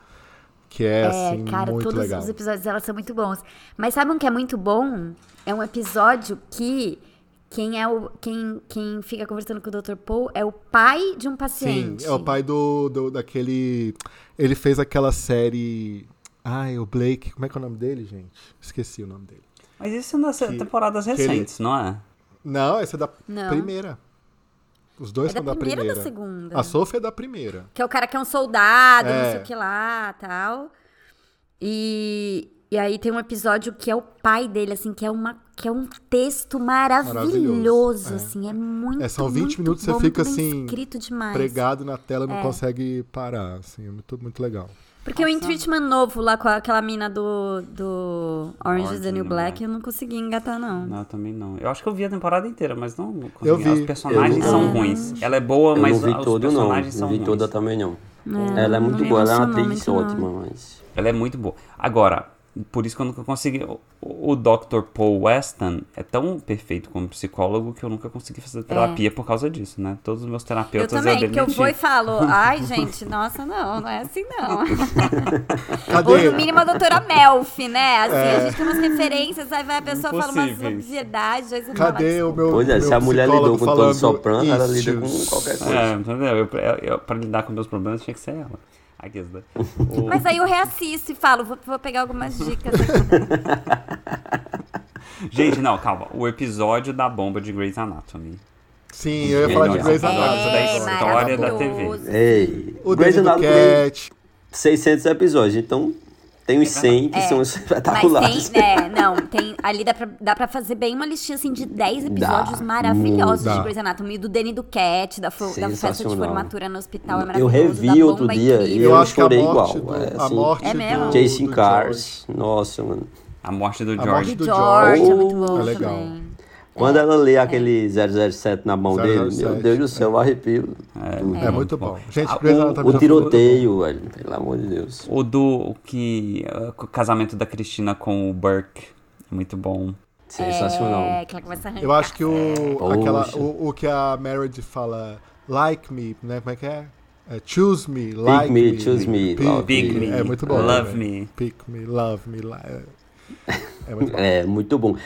[SPEAKER 3] Que é, assim,
[SPEAKER 1] é, cara,
[SPEAKER 3] muito
[SPEAKER 1] todos
[SPEAKER 3] legal.
[SPEAKER 1] os episódios dela são muito bons. Mas sabe um que é muito bom? É um episódio que quem é o quem, quem fica conversando com o Dr. Paul é o pai de um
[SPEAKER 3] Sim,
[SPEAKER 1] paciente.
[SPEAKER 3] é o pai do, do- daquele. Ele fez aquela série. Ai, o Blake. Como é que é o nome dele, gente? Esqueci o nome dele.
[SPEAKER 2] Mas isso nas temporadas
[SPEAKER 3] ele-
[SPEAKER 2] recentes, não é?
[SPEAKER 3] Não, essa é da
[SPEAKER 1] Não.
[SPEAKER 3] primeira. Os dois
[SPEAKER 1] É da
[SPEAKER 3] são da
[SPEAKER 1] primeira
[SPEAKER 3] primeira.
[SPEAKER 1] ou da segunda?
[SPEAKER 3] A Sophie é da primeira.
[SPEAKER 1] Que é o cara que é um soldado,
[SPEAKER 3] É.
[SPEAKER 1] não sei o que lá, tal. E, e aí tem um episódio que é o pai dele, assim, que é, uma, que é um texto maravilhoso,
[SPEAKER 3] Maravilhoso, é.
[SPEAKER 1] assim, é muito,
[SPEAKER 3] É, são 20
[SPEAKER 1] muito
[SPEAKER 3] minutos, você
[SPEAKER 1] bom,
[SPEAKER 3] fica,
[SPEAKER 1] muito bem
[SPEAKER 3] assim,
[SPEAKER 1] escrito demais.
[SPEAKER 3] Pregado na tela,
[SPEAKER 1] É.
[SPEAKER 3] não consegue parar. Assim, é muito, muito legal.
[SPEAKER 1] Porque o In Treatment novo lá com aquela mina do, do Orange is the New Black, eu não consegui engatar, não.
[SPEAKER 2] Não, eu também não. Eu acho que eu vi a temporada inteira, mas não consegui.
[SPEAKER 3] Eu vi.
[SPEAKER 2] Os personagens
[SPEAKER 4] Eu não-
[SPEAKER 2] são ruins. Ela é boa,
[SPEAKER 4] Eu
[SPEAKER 2] mas
[SPEAKER 4] não vi
[SPEAKER 2] os
[SPEAKER 4] todo, não.
[SPEAKER 2] personagens
[SPEAKER 4] Não
[SPEAKER 2] são
[SPEAKER 4] vi
[SPEAKER 2] ruins.
[SPEAKER 4] toda também, não. Ela é muito
[SPEAKER 1] não
[SPEAKER 4] boa, ela é uma
[SPEAKER 1] sou, não,
[SPEAKER 4] atriz
[SPEAKER 1] muito não.
[SPEAKER 4] ótima, mas.
[SPEAKER 2] Ela é muito boa. Agora, por isso que eu nunca consegui. o- O Dr. Paul Weston é tão perfeito como psicólogo que eu nunca consegui fazer terapia por causa disso, né? Todos os meus
[SPEAKER 1] É. Eu
[SPEAKER 2] terapeutas eu,
[SPEAKER 1] também, porque eu
[SPEAKER 2] demiti.
[SPEAKER 1] vou e [laughs] falo, ai, gente, nossa, não, não é assim, [laughs] não. Ou
[SPEAKER 3] Cadê?
[SPEAKER 1] no mínimo a doutora Melf, né? Assim, a gente tem umas referências, aí vai a pessoa fala umas
[SPEAKER 2] Impossíveis.
[SPEAKER 1] obviedades, aí você
[SPEAKER 3] Cadê
[SPEAKER 1] fala,
[SPEAKER 3] o meu.
[SPEAKER 4] Pois é,
[SPEAKER 3] meu
[SPEAKER 4] se a mulher
[SPEAKER 3] psicólogo
[SPEAKER 4] lidou com o Tony
[SPEAKER 3] falando
[SPEAKER 4] Soprano, ela lida com
[SPEAKER 3] issues?
[SPEAKER 4] qualquer coisa.
[SPEAKER 2] É, entendeu? Eu, eu, eu- pra lidar com meus problemas tinha que ser ela. Aqui, né? O-
[SPEAKER 1] Mas aí eu reassisto e falo, vou, vou pegar algumas dicas aqui.
[SPEAKER 2] Gente, não, calma. O episódio da bomba de Grey's Anatomy.
[SPEAKER 3] Sim, eu ia falar de
[SPEAKER 2] Melhores
[SPEAKER 3] Grey's
[SPEAKER 4] assim.
[SPEAKER 3] Anatomy.
[SPEAKER 2] episódios da
[SPEAKER 1] É,
[SPEAKER 2] história da
[SPEAKER 1] maravilhoso.
[SPEAKER 2] TV.
[SPEAKER 4] Ei,
[SPEAKER 3] O
[SPEAKER 4] Grey's
[SPEAKER 3] David
[SPEAKER 4] Anatomy tem
[SPEAKER 3] Cat.
[SPEAKER 4] 600 episódios, então tem
[SPEAKER 2] É
[SPEAKER 4] uns 100 que são
[SPEAKER 1] É, Mas
[SPEAKER 4] [laughs] espetaculares. [laughs]
[SPEAKER 1] tem, né? Não, tem. Ali dá pra, dá pra fazer bem uma listinha assim de 10 episódios
[SPEAKER 4] Dá,
[SPEAKER 1] maravilhosos
[SPEAKER 3] muito.
[SPEAKER 1] de Grey's Anatomy, do Danny do Cat, da, fo- da festa de
[SPEAKER 4] Sensacional.
[SPEAKER 1] formatura no hospital. É
[SPEAKER 4] Eu
[SPEAKER 1] maravilhoso. da
[SPEAKER 4] revi
[SPEAKER 1] bomba
[SPEAKER 4] outro dia e
[SPEAKER 1] incrível.
[SPEAKER 4] eu,
[SPEAKER 3] Eu acho que a
[SPEAKER 4] chorei
[SPEAKER 3] morte
[SPEAKER 4] igual.
[SPEAKER 3] do-
[SPEAKER 4] é,
[SPEAKER 3] a
[SPEAKER 4] assim,
[SPEAKER 3] morte
[SPEAKER 1] É mesmo.
[SPEAKER 3] do-
[SPEAKER 4] Jason
[SPEAKER 3] do George.
[SPEAKER 4] Cars, nossa, mano.
[SPEAKER 2] A morte do
[SPEAKER 3] A
[SPEAKER 2] George.
[SPEAKER 3] morte
[SPEAKER 1] E
[SPEAKER 3] do
[SPEAKER 1] George, é muito
[SPEAKER 4] Oh,
[SPEAKER 1] bom
[SPEAKER 3] é legal.
[SPEAKER 1] também.
[SPEAKER 4] Quando ela lê aquele 007 na mão dele,
[SPEAKER 3] 007,
[SPEAKER 4] meu Deus do
[SPEAKER 1] é.
[SPEAKER 4] céu, eu arrepio. tudo.
[SPEAKER 3] É muito bom. Gente,
[SPEAKER 2] Ah,
[SPEAKER 3] Grey's
[SPEAKER 2] o-
[SPEAKER 3] Anatomy
[SPEAKER 4] O
[SPEAKER 3] já-
[SPEAKER 4] tiroteio, velho, pelo amor de
[SPEAKER 1] É.
[SPEAKER 4] Deus.
[SPEAKER 2] O do que. ah, o casamento da Cristina com o Burke. Muito bom.
[SPEAKER 4] Sensacional.
[SPEAKER 1] É, que ela começa a arrancar.
[SPEAKER 3] Eu acho que o,
[SPEAKER 4] É. Poxa.
[SPEAKER 3] aquela, o, o que a Meredith fala, like me, né? Como é que é? É, choose me, like
[SPEAKER 4] me, choose me, love
[SPEAKER 2] Pick me.
[SPEAKER 3] É muito bom.
[SPEAKER 2] Love
[SPEAKER 3] né?
[SPEAKER 2] me.
[SPEAKER 3] Pick me, love me. li- é- É muito bom.
[SPEAKER 4] É, muito bom.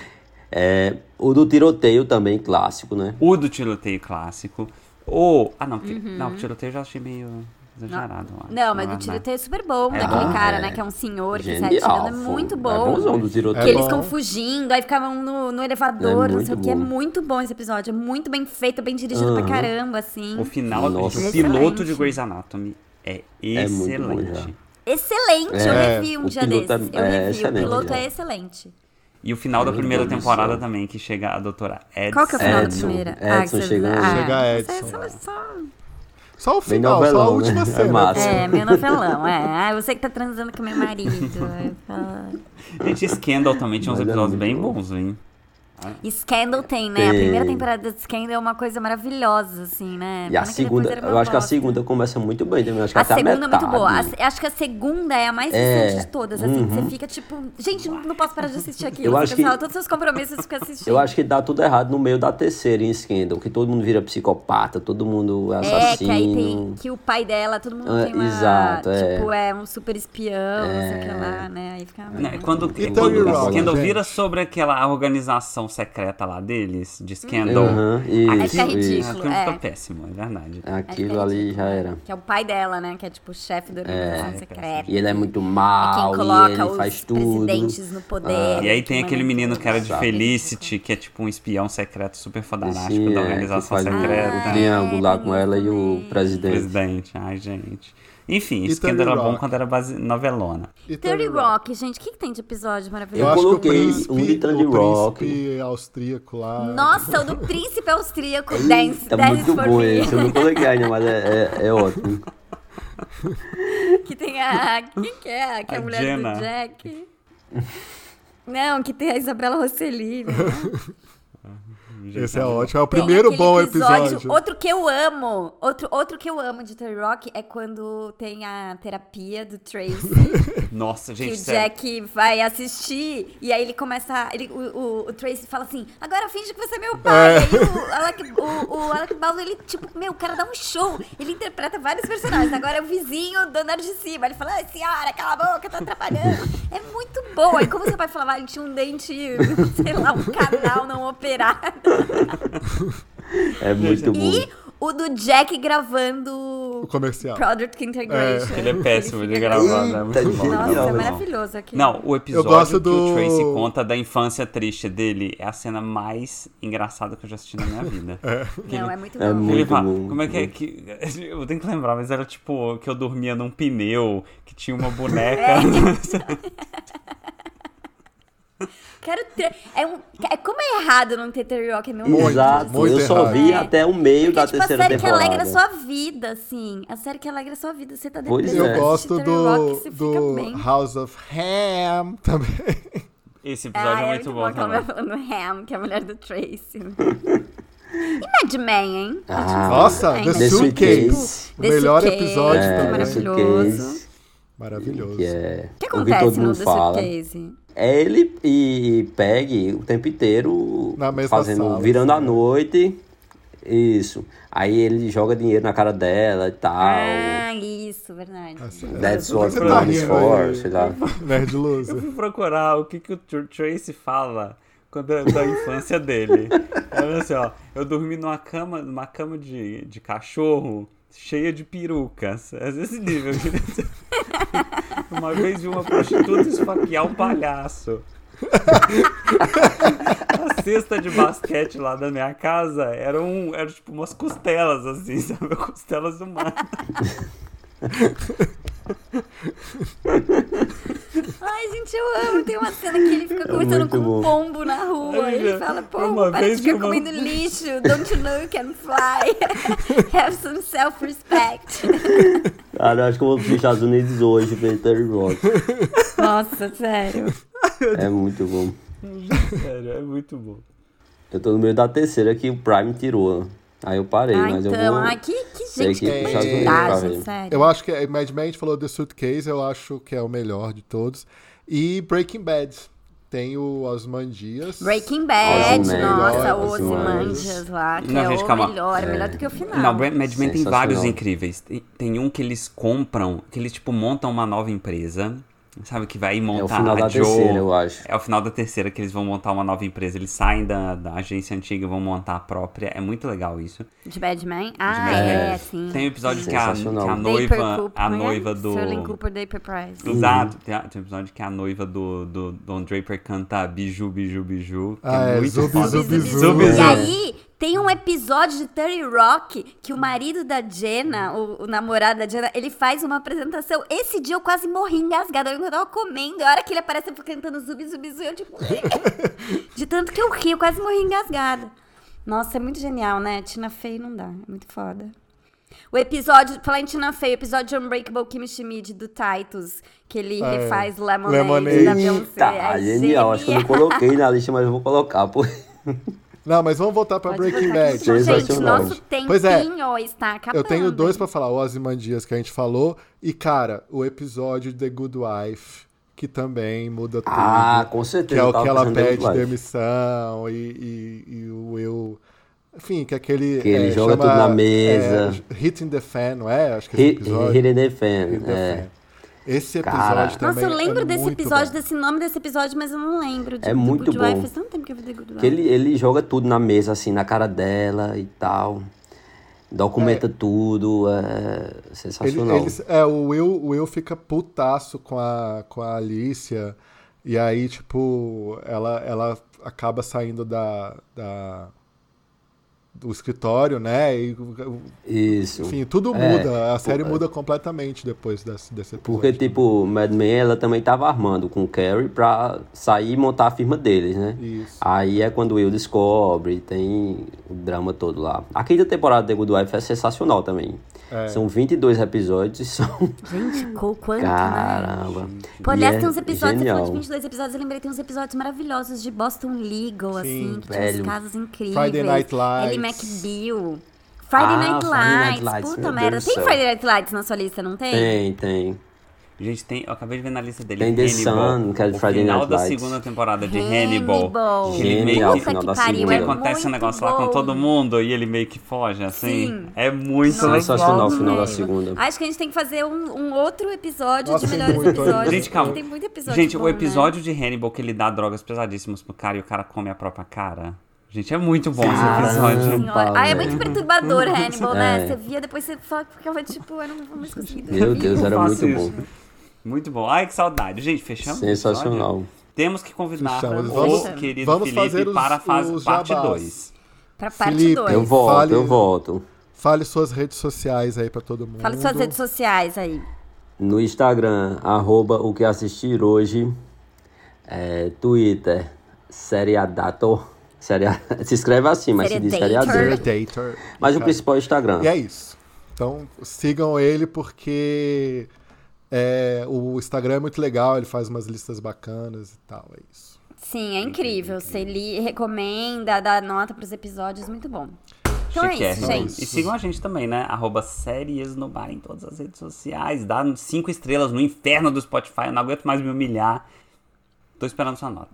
[SPEAKER 4] É, o do tiroteio também, clássico, né?
[SPEAKER 2] O do tiroteio clássico. O. Ah, não. porque- Não, o tiroteio eu já achei meio exagerado. eu acho,
[SPEAKER 1] Uhum. Não, mas
[SPEAKER 2] é
[SPEAKER 1] do
[SPEAKER 2] nada.
[SPEAKER 1] tiroteio é super bom,
[SPEAKER 2] É
[SPEAKER 1] daquele
[SPEAKER 2] bom,
[SPEAKER 1] cara,
[SPEAKER 4] Ah, né. é.
[SPEAKER 1] né? Que é um senhor que sai
[SPEAKER 4] Genial.
[SPEAKER 1] atirando. É muito
[SPEAKER 4] foi-
[SPEAKER 1] bom.
[SPEAKER 4] É bonzão do
[SPEAKER 1] que
[SPEAKER 4] tiroteio.
[SPEAKER 3] É
[SPEAKER 1] eles
[SPEAKER 3] bom.
[SPEAKER 1] ficam fugindo, aí ficavam no, no elevador,
[SPEAKER 4] É
[SPEAKER 1] não sei o
[SPEAKER 4] muito
[SPEAKER 1] que. É
[SPEAKER 4] bom.
[SPEAKER 1] muito bom esse episódio. É muito bem feito, bem dirigido pra
[SPEAKER 4] Aham.
[SPEAKER 1] caramba, assim.
[SPEAKER 2] O final,
[SPEAKER 4] Nossa.
[SPEAKER 2] o piloto de
[SPEAKER 1] Excelente.
[SPEAKER 2] Grey's Anatomy é
[SPEAKER 4] É muito bom
[SPEAKER 2] excelente.
[SPEAKER 4] já.
[SPEAKER 1] Excelente, eu
[SPEAKER 4] É,
[SPEAKER 1] revi um
[SPEAKER 4] o
[SPEAKER 1] dia
[SPEAKER 4] piloto é-
[SPEAKER 1] desses.
[SPEAKER 4] é
[SPEAKER 1] eu revi, o
[SPEAKER 4] excelente,
[SPEAKER 1] piloto
[SPEAKER 4] né?
[SPEAKER 1] é excelente.
[SPEAKER 2] e o final da
[SPEAKER 4] Meu
[SPEAKER 2] primeira
[SPEAKER 4] Deus do
[SPEAKER 2] temporada
[SPEAKER 4] céu.
[SPEAKER 2] também, que chega a doutora Edson.
[SPEAKER 1] Qual que é o final da
[SPEAKER 4] Edson.
[SPEAKER 1] primeira?
[SPEAKER 4] Edson
[SPEAKER 1] que você-
[SPEAKER 4] chegando.
[SPEAKER 3] Chega
[SPEAKER 1] ah,
[SPEAKER 3] Edson.
[SPEAKER 1] você- você- só-
[SPEAKER 3] Só o final,
[SPEAKER 4] novelão,
[SPEAKER 3] só a última
[SPEAKER 4] né? É
[SPEAKER 3] cena.
[SPEAKER 4] massa.
[SPEAKER 1] É, meu novelão, é. Ah, você que tá transando com meu marido. Aí fala-
[SPEAKER 2] Gente, Scandal também tinha uns
[SPEAKER 4] Mas é
[SPEAKER 2] episódios
[SPEAKER 4] muito
[SPEAKER 2] bem
[SPEAKER 4] bom.
[SPEAKER 2] bons, hein?
[SPEAKER 1] Scandal tem, né? A
[SPEAKER 4] Tem.
[SPEAKER 1] primeira temporada de Scandal é uma coisa maravilhosa, assim, né?
[SPEAKER 4] E a
[SPEAKER 1] Pena que depois
[SPEAKER 4] segunda,
[SPEAKER 1] era uma
[SPEAKER 4] eu acho que a
[SPEAKER 1] bosta.
[SPEAKER 4] segunda começa muito bem também. Acho que
[SPEAKER 1] A
[SPEAKER 4] até
[SPEAKER 1] segunda é
[SPEAKER 4] metade.
[SPEAKER 1] muito boa. A se- acho que a segunda é a mais
[SPEAKER 4] É.
[SPEAKER 1] recente de todas, assim. que
[SPEAKER 4] Uhum.
[SPEAKER 1] Você fica tipo, gente, não, não posso parar de assistir aquilo.
[SPEAKER 4] Eu
[SPEAKER 1] você
[SPEAKER 4] acho que-
[SPEAKER 1] cancela todos os seus compromissos fica assistindo.
[SPEAKER 4] Eu acho que dá tudo errado no meio da terceira em Scandal, que todo mundo vira psicopata, todo mundo é
[SPEAKER 1] É, que aí tem
[SPEAKER 4] assassino.
[SPEAKER 1] que o pai dela, todo mundo
[SPEAKER 4] Ah,
[SPEAKER 1] tem uma.
[SPEAKER 4] exato, é.
[SPEAKER 1] Tipo, é um super espião, não sei o que lá, né? Aí fica.
[SPEAKER 2] Né, Quando,
[SPEAKER 4] Então,
[SPEAKER 2] quando
[SPEAKER 4] you're
[SPEAKER 2] o
[SPEAKER 4] wrong,
[SPEAKER 2] Scandal
[SPEAKER 3] gente.
[SPEAKER 2] vira sobre aquela organização secreta lá deles, de Scandal.
[SPEAKER 4] Aham, isso, Ah,
[SPEAKER 2] Aquilo-
[SPEAKER 1] Isso é ridículo,
[SPEAKER 2] aquilo
[SPEAKER 1] é.
[SPEAKER 2] tá péssimo, é verdade.
[SPEAKER 4] Aquilo ali já era.
[SPEAKER 1] Que é o pai dela, né? Que é tipo o chefe da organização
[SPEAKER 2] É.
[SPEAKER 1] secreta.
[SPEAKER 4] E ele é muito
[SPEAKER 1] É
[SPEAKER 4] mal,
[SPEAKER 1] quem
[SPEAKER 4] e
[SPEAKER 1] coloca
[SPEAKER 4] ele
[SPEAKER 1] os
[SPEAKER 4] faz tudo.
[SPEAKER 1] presidentes no poder.
[SPEAKER 2] Ah.
[SPEAKER 1] tipo, né?
[SPEAKER 2] E aí tem aquele menino que era de
[SPEAKER 4] Sabe.
[SPEAKER 2] Felicity, que é tipo um espião secreto super fodanástico
[SPEAKER 4] Sim,
[SPEAKER 2] da
[SPEAKER 4] é, que
[SPEAKER 2] organização
[SPEAKER 4] faz um
[SPEAKER 2] secreta.
[SPEAKER 1] Ah.
[SPEAKER 4] triângulo lá com ela e o presidente.
[SPEAKER 2] Presidente, ai gente. Enfim,
[SPEAKER 3] E
[SPEAKER 2] isso que ainda
[SPEAKER 3] Thirty
[SPEAKER 2] era bom
[SPEAKER 3] Rock.
[SPEAKER 2] quando era base novelona.
[SPEAKER 3] E
[SPEAKER 1] É. Dirty
[SPEAKER 3] Thirty
[SPEAKER 1] Rock, gente, o que, que tem de episódio
[SPEAKER 3] Eu,
[SPEAKER 4] Eu
[SPEAKER 1] maravilhoso?
[SPEAKER 3] acho
[SPEAKER 4] coloquei
[SPEAKER 3] que o príncipe,
[SPEAKER 4] um de Thirty
[SPEAKER 3] o
[SPEAKER 4] Rock.
[SPEAKER 3] príncipe austríaco lá.
[SPEAKER 1] Nossa, o do príncipe austríaco, Dance,
[SPEAKER 4] Tá
[SPEAKER 1] Dance
[SPEAKER 4] muito
[SPEAKER 1] for
[SPEAKER 4] bom
[SPEAKER 1] Me.
[SPEAKER 4] esse, eu não coloquei ainda, mas é, é, é ótimo.
[SPEAKER 1] Que tem a. Quem que é? Que é a,
[SPEAKER 2] A
[SPEAKER 1] mulher
[SPEAKER 2] Jenna.
[SPEAKER 1] do Jack. Não, que tem a Isabela
[SPEAKER 3] [laughs]
[SPEAKER 1] Rosselli. né?
[SPEAKER 3] Esse é ótimo. É o
[SPEAKER 1] Tem
[SPEAKER 3] primeiro
[SPEAKER 1] aquele
[SPEAKER 3] bom episódio.
[SPEAKER 1] Outro que eu amo. Outro, outro que eu amo de Terry Rock é quando tem a terapia do Tracy.
[SPEAKER 2] Nossa,
[SPEAKER 1] que
[SPEAKER 2] gente,
[SPEAKER 1] o
[SPEAKER 2] sério.
[SPEAKER 1] Jack vai assistir. E aí ele começa. a- Ele, o, o, o Tracy fala assim: agora finge que você é meu pai. E aí o Alec, o, o Alec Baldwin, ele, tipo, meu, o cara dá um show. Ele interpreta vários personagens. Agora é o vizinho do andar de cima. Ele fala: "Ai, senhora, cala a boca, tá atrapalhando. É muito bom. Aí como seu pai falava, "Ah, ele tinha um dente, [laughs] sei lá, um canal não operado.
[SPEAKER 4] É muito bom.
[SPEAKER 1] E o do Jack gravando
[SPEAKER 3] O comercial.
[SPEAKER 1] Product Integration.
[SPEAKER 2] Ele é péssimo de
[SPEAKER 1] fica-
[SPEAKER 2] gravar, né?
[SPEAKER 4] Eita,
[SPEAKER 2] Muito bom.
[SPEAKER 4] genial,
[SPEAKER 1] Nossa, é
[SPEAKER 4] Não.
[SPEAKER 1] maravilhoso aqui.
[SPEAKER 2] Não, o episódio
[SPEAKER 3] gosto
[SPEAKER 2] que
[SPEAKER 3] do-
[SPEAKER 2] o Tracy conta da infância triste dele é a cena mais engraçada que eu já assisti na minha vida.
[SPEAKER 1] Não, é muito bom.
[SPEAKER 4] É
[SPEAKER 2] Ele
[SPEAKER 4] muito
[SPEAKER 2] fala,
[SPEAKER 4] bom.
[SPEAKER 2] como é que é que. [laughs] Eu tenho que lembrar, mas era tipo que eu dormia num pneu, que tinha uma [laughs] boneca.
[SPEAKER 1] Quero tra- é, um... é como é errado não ter Terry Rock no meu
[SPEAKER 4] Exato,
[SPEAKER 3] muito
[SPEAKER 4] eu só
[SPEAKER 3] errado.
[SPEAKER 4] vi
[SPEAKER 1] É.
[SPEAKER 4] até o meio da
[SPEAKER 1] É tipo a
[SPEAKER 4] terceira
[SPEAKER 1] série que
[SPEAKER 4] temporada.
[SPEAKER 1] alegra a sua vida, assim. A série que alegra a sua vida. Você tá
[SPEAKER 4] Pois
[SPEAKER 1] deprimido.
[SPEAKER 4] é.
[SPEAKER 3] Eu
[SPEAKER 1] assiste
[SPEAKER 3] gosto
[SPEAKER 1] Thirty Rock,
[SPEAKER 3] do,
[SPEAKER 1] você
[SPEAKER 3] do
[SPEAKER 1] fica bem.
[SPEAKER 3] House of Ham também.
[SPEAKER 2] Esse episódio
[SPEAKER 1] Ah,
[SPEAKER 2] é, muito bom
[SPEAKER 1] que ela vai
[SPEAKER 2] também.
[SPEAKER 1] falando Ham, que é a mulher do Tracy. né? e Mad Men, hein?
[SPEAKER 4] Ah,
[SPEAKER 1] Ótimo
[SPEAKER 3] Nossa,
[SPEAKER 1] também,
[SPEAKER 3] The
[SPEAKER 1] né?
[SPEAKER 4] The
[SPEAKER 3] Suitcase.
[SPEAKER 4] Suitcase.
[SPEAKER 3] O melhor
[SPEAKER 1] Suitcase,
[SPEAKER 3] episódio
[SPEAKER 1] que
[SPEAKER 4] É,
[SPEAKER 1] é
[SPEAKER 3] também.
[SPEAKER 1] maravilhoso.
[SPEAKER 4] Suitcase,
[SPEAKER 3] Maravilhoso.
[SPEAKER 4] Que é...
[SPEAKER 1] O que
[SPEAKER 4] eu vi todo
[SPEAKER 1] acontece no
[SPEAKER 4] mundo
[SPEAKER 1] The
[SPEAKER 4] fala.
[SPEAKER 1] Suitcase?
[SPEAKER 4] É ele e Peg o tempo inteiro
[SPEAKER 3] Na mesma
[SPEAKER 4] fazendo,
[SPEAKER 3] sala,
[SPEAKER 4] virando a
[SPEAKER 3] assim.
[SPEAKER 4] noite. Isso. Aí ele joga dinheiro na cara dela e tal.
[SPEAKER 1] Ah, isso, verdade.
[SPEAKER 3] Assim,
[SPEAKER 4] That's
[SPEAKER 3] Por que
[SPEAKER 4] what
[SPEAKER 3] você
[SPEAKER 4] love is
[SPEAKER 3] rindo
[SPEAKER 4] for,
[SPEAKER 3] aí,
[SPEAKER 4] sei lá.
[SPEAKER 3] [laughs] Nerd Lusa.
[SPEAKER 2] Eu fui procurar o que, que o Tr- Tracy fala quando é da infância dele. Olha assim, ó. Eu dormi numa cama, numa cama de, de cachorro cheia de perucas. É esse nível. [laughs] Uma vez vi uma prostituta esfaquear um palhaço. [laughs] A cesta de basquete lá da minha casa era, um, era tipo umas costelas, assim, sabe? Costelas humanas.
[SPEAKER 1] Ai, gente, eu amo. Tem uma cena que ele fica conversando
[SPEAKER 4] É muito
[SPEAKER 1] com um
[SPEAKER 4] bom.
[SPEAKER 1] pombo na rua.
[SPEAKER 2] Ai,
[SPEAKER 1] e ele
[SPEAKER 2] já-
[SPEAKER 1] fala, pombo,
[SPEAKER 2] É, uma
[SPEAKER 1] para de
[SPEAKER 2] vez
[SPEAKER 1] ficar
[SPEAKER 2] que uma-
[SPEAKER 1] comendo lixo. Don't you know you can fly. [laughs] Have some self-respect.
[SPEAKER 4] Cara, eu acho que eu vou pros Estados Unidos hoje ver Terry Rock.
[SPEAKER 1] Nossa, sério.
[SPEAKER 4] É muito bom.
[SPEAKER 2] [laughs] Sério, é muito bom.
[SPEAKER 4] Eu tô no meio da terceira que o Prime tirou. Aí eu parei,
[SPEAKER 1] Ah,
[SPEAKER 4] mas
[SPEAKER 1] então.
[SPEAKER 4] eu vou.
[SPEAKER 1] Ai, que, que
[SPEAKER 4] Tem
[SPEAKER 1] gente,
[SPEAKER 4] que é
[SPEAKER 1] que
[SPEAKER 4] tá, ir pros
[SPEAKER 3] Estados Unidos
[SPEAKER 1] bandidagem,
[SPEAKER 4] pra ver.
[SPEAKER 1] sério.
[SPEAKER 3] Eu acho que é, Mad Men a gente falou The Suitcase, eu acho que é o melhor de todos. E Breaking Bad. Tem o Osman Dias.
[SPEAKER 1] Breaking Bad,
[SPEAKER 4] Ozymandias,
[SPEAKER 1] nossa, o
[SPEAKER 4] Ozymandias.
[SPEAKER 1] Ozymandias lá, que
[SPEAKER 2] Não,
[SPEAKER 1] é
[SPEAKER 2] gente,
[SPEAKER 1] o
[SPEAKER 2] calma.
[SPEAKER 1] melhor, melhor do que o
[SPEAKER 4] Ah,
[SPEAKER 1] final.
[SPEAKER 2] Não, Brand Mad Men tem
[SPEAKER 4] é Sensacional.
[SPEAKER 2] vários incríveis. Tem, tem um que eles compram, que eles, tipo, montam uma nova empresa. Sabe, que vai montar
[SPEAKER 4] É o final
[SPEAKER 2] a
[SPEAKER 4] da
[SPEAKER 2] Joe.
[SPEAKER 4] terceira, eu acho.
[SPEAKER 2] É o final da terceira que eles vão montar uma nova empresa. Eles saem da, da agência antiga e vão montar a própria. É muito legal isso.
[SPEAKER 1] De Bad Men? Ah,
[SPEAKER 2] Bad
[SPEAKER 1] é,
[SPEAKER 2] Men.
[SPEAKER 1] sim. né?
[SPEAKER 2] Tem um episódio que a, que
[SPEAKER 4] Sensacional. Uhum.
[SPEAKER 2] a noiva. A noiva do.
[SPEAKER 1] é Sterling Cooper, Day Per Prize.
[SPEAKER 2] Exato. Tem, a- tem um episódio que a noiva do, do Don Draper canta Biju, Biju, Biju. que
[SPEAKER 3] Ah, é,
[SPEAKER 2] é muito
[SPEAKER 3] Zubi,
[SPEAKER 2] foda.
[SPEAKER 3] Zubi, Zubi.
[SPEAKER 2] Zubi,
[SPEAKER 1] E
[SPEAKER 2] Zubi.
[SPEAKER 1] aí, tem um episódio de Terry Rock que o marido da Jenna, o, o namorado da Jenna, ele faz uma apresentação. Esse dia eu quase morri engasgada. Eu tava comendo, e a hora que ele aparece, eu fico cantando zubi, zubi, zubi. Eu tipo...
[SPEAKER 3] [laughs]
[SPEAKER 1] de tanto que eu ri, eu quase morri engasgada. Nossa, é muito genial, né? Tina Fey não dá, é muito foda. O episódio, falar em Tina Fey, o episódio de Unbreakable Kim Schmidt do Titus, que ele
[SPEAKER 3] É.
[SPEAKER 1] refaz Lemonade,
[SPEAKER 3] Lemonade.
[SPEAKER 1] da Beyoncé.
[SPEAKER 4] Tá,
[SPEAKER 1] É
[SPEAKER 4] genial. Acho que eu não coloquei na lista, mas eu vou colocar. Pô.
[SPEAKER 3] Não, mas vamos voltar pra
[SPEAKER 1] Pode
[SPEAKER 3] Breaking
[SPEAKER 1] voltar
[SPEAKER 3] Bad.
[SPEAKER 1] aqui. Então, gente, tá
[SPEAKER 4] Sensacional.
[SPEAKER 1] nosso tempinho
[SPEAKER 3] Pois é,
[SPEAKER 1] está acabando.
[SPEAKER 3] Eu tenho dois pra falar, o Ozymandias que a gente falou e cara, o episódio de The Good Wife que também muda tudo.
[SPEAKER 4] [laughs] Ah, com
[SPEAKER 3] que
[SPEAKER 4] certeza.
[SPEAKER 3] é
[SPEAKER 4] eu
[SPEAKER 3] o
[SPEAKER 4] tava
[SPEAKER 3] que ela
[SPEAKER 4] pensando em
[SPEAKER 3] pede
[SPEAKER 4] outro lado.
[SPEAKER 3] demissão e, e, e o eu, enfim, que aquele
[SPEAKER 4] Que ele
[SPEAKER 3] é,
[SPEAKER 4] joga
[SPEAKER 3] chama,
[SPEAKER 4] tudo na mesa.
[SPEAKER 3] é, Hitting the Fan, não é? Acho que esse
[SPEAKER 4] Hit
[SPEAKER 3] episódio.
[SPEAKER 4] Hidden Fan.
[SPEAKER 3] Hitting the
[SPEAKER 4] É.
[SPEAKER 3] Fan. Esse episódio
[SPEAKER 4] Cara.
[SPEAKER 3] também.
[SPEAKER 1] Nossa, eu lembro
[SPEAKER 3] é
[SPEAKER 1] desse
[SPEAKER 3] muito
[SPEAKER 1] episódio,
[SPEAKER 3] bom.
[SPEAKER 1] desse nome desse episódio, mas eu não lembro. de
[SPEAKER 4] É muito
[SPEAKER 1] Good Wife.
[SPEAKER 4] bom.
[SPEAKER 1] Faz tanto tempo que eu vi The Good Wife.
[SPEAKER 4] Que ele, ele joga tudo na mesa, assim, na cara dela e tal. Documenta tudo, é
[SPEAKER 3] Ele-
[SPEAKER 4] sensacional.
[SPEAKER 3] eles- é, o Will, o Will fica putaço com a, com a Alicia. E aí, tipo, ela, ela acaba saindo da, da- do escritório, né? E,
[SPEAKER 4] Isso.
[SPEAKER 3] enfim, tudo
[SPEAKER 4] É,
[SPEAKER 3] muda. A série muda completamente depois desse, desse episódio.
[SPEAKER 4] Porque, tipo, Mad Men, ela também tava armando com o Carrie pra sair e montar a firma deles, né?
[SPEAKER 3] Isso.
[SPEAKER 4] Aí é quando o Will descobre, tem o drama todo lá. A quinta temporada de Good Wife é sensacional também.
[SPEAKER 3] É.
[SPEAKER 4] São 22 episódios e são...
[SPEAKER 1] Gente, co- quanto, né?
[SPEAKER 4] [laughs] Caramba.
[SPEAKER 1] Pô,
[SPEAKER 4] E
[SPEAKER 1] aliás,
[SPEAKER 4] é
[SPEAKER 1] tem uns episódios, você
[SPEAKER 4] genial.
[SPEAKER 1] falou de 22 episódios, eu lembrei, tem uns episódios maravilhosos de Boston Legal, assim, que tinha uns
[SPEAKER 4] velho.
[SPEAKER 1] casos incríveis.
[SPEAKER 3] Friday Night
[SPEAKER 1] Ellie
[SPEAKER 3] Lights.
[SPEAKER 1] McBeal. Friday
[SPEAKER 4] Ah,
[SPEAKER 1] Night
[SPEAKER 4] Friday Night
[SPEAKER 1] Lights,
[SPEAKER 4] Lights,
[SPEAKER 1] puta
[SPEAKER 4] meu
[SPEAKER 1] merda.
[SPEAKER 4] Deus do
[SPEAKER 1] Tem
[SPEAKER 4] céu.
[SPEAKER 1] Friday Night Lights na sua lista, não tem?
[SPEAKER 4] Tem, tem.
[SPEAKER 2] Gente, tem, eu acabei de ver na lista dele.
[SPEAKER 4] Tem The
[SPEAKER 2] Hannibal,
[SPEAKER 4] Sun, que é de
[SPEAKER 2] o
[SPEAKER 4] Friday
[SPEAKER 2] final
[SPEAKER 4] Night
[SPEAKER 2] da
[SPEAKER 4] Lights.
[SPEAKER 2] segunda temporada de Hannibal.
[SPEAKER 1] Hannibal.
[SPEAKER 2] que ele
[SPEAKER 4] Genial,
[SPEAKER 2] meio que,
[SPEAKER 1] Puta
[SPEAKER 4] final
[SPEAKER 1] que
[SPEAKER 4] da
[SPEAKER 1] pariu,
[SPEAKER 2] que
[SPEAKER 4] segunda.
[SPEAKER 1] é
[SPEAKER 2] acontece um
[SPEAKER 1] muito
[SPEAKER 2] negócio lá com
[SPEAKER 1] bom.
[SPEAKER 2] todo mundo e ele meio que foge, assim.
[SPEAKER 1] Sim.
[SPEAKER 2] É muito
[SPEAKER 4] Sensacional o
[SPEAKER 2] legal.
[SPEAKER 4] final da
[SPEAKER 1] Nossa.
[SPEAKER 4] segunda.
[SPEAKER 1] Acho que a gente tem que fazer um, um outro episódio
[SPEAKER 3] Nossa,
[SPEAKER 1] de
[SPEAKER 3] tem
[SPEAKER 1] melhores
[SPEAKER 3] muito, né?
[SPEAKER 1] episódios.
[SPEAKER 2] Gente, calma.
[SPEAKER 1] Tem muito episódio
[SPEAKER 2] Gente,
[SPEAKER 1] bom,
[SPEAKER 2] o
[SPEAKER 1] né?
[SPEAKER 2] episódio de Hannibal que ele dá drogas pesadíssimas pro cara e o cara come a própria cara. Gente, é muito bom
[SPEAKER 4] Caramba.
[SPEAKER 2] esse episódio.
[SPEAKER 1] Senhora. Ah, é
[SPEAKER 4] Paulo,
[SPEAKER 1] muito perturbador, Hannibal, né?
[SPEAKER 4] É.
[SPEAKER 1] Você via, depois você fala- ficava tipo, eu não vou mais conseguir dormir.
[SPEAKER 4] Meu Deus, é.
[SPEAKER 2] Eu
[SPEAKER 4] era
[SPEAKER 2] faço
[SPEAKER 4] muito
[SPEAKER 2] isso.
[SPEAKER 4] bom.
[SPEAKER 2] Muito bom. Ai, que saudade. Gente, fechamos? o
[SPEAKER 4] Sensacional.
[SPEAKER 2] episódio? Temos que convidar
[SPEAKER 3] Fechamos.
[SPEAKER 2] o
[SPEAKER 1] Vamos-
[SPEAKER 2] querido
[SPEAKER 3] vamos
[SPEAKER 2] Felipe
[SPEAKER 3] fazer os-
[SPEAKER 2] para a fase,
[SPEAKER 3] os
[SPEAKER 2] parte
[SPEAKER 3] jabás.
[SPEAKER 2] 2.
[SPEAKER 1] Pra parte
[SPEAKER 3] Felipe,
[SPEAKER 1] 2.
[SPEAKER 4] Eu volto,
[SPEAKER 3] Fale-
[SPEAKER 4] eu volto.
[SPEAKER 3] Fale suas redes sociais aí pra todo mundo.
[SPEAKER 1] Fala de suas redes sociais aí.
[SPEAKER 4] No Instagram, arroba o que assistir hoje. É, Twitter, seriadator. Seria... [laughs] Se escreve assim, mas se diz
[SPEAKER 1] Seriadator.
[SPEAKER 4] seriadator.
[SPEAKER 3] Predator.
[SPEAKER 4] Mas o
[SPEAKER 3] Cara,
[SPEAKER 4] principal é o Instagram.
[SPEAKER 3] E é isso. Então sigam ele porque é, o Instagram é muito legal, ele faz umas listas bacanas e tal, é isso.
[SPEAKER 1] Sim, é incrível. Você li, recomenda, dá nota pros episódios, muito bom. Então é isso,
[SPEAKER 2] Chiquérrimo.
[SPEAKER 1] gente.
[SPEAKER 2] né? E sigam a gente também, né? Arroba séries no bar em todas as redes sociais. Dá cinco estrelas no inferno do Spotify. Eu não aguento mais me humilhar. Tô esperando sua nota.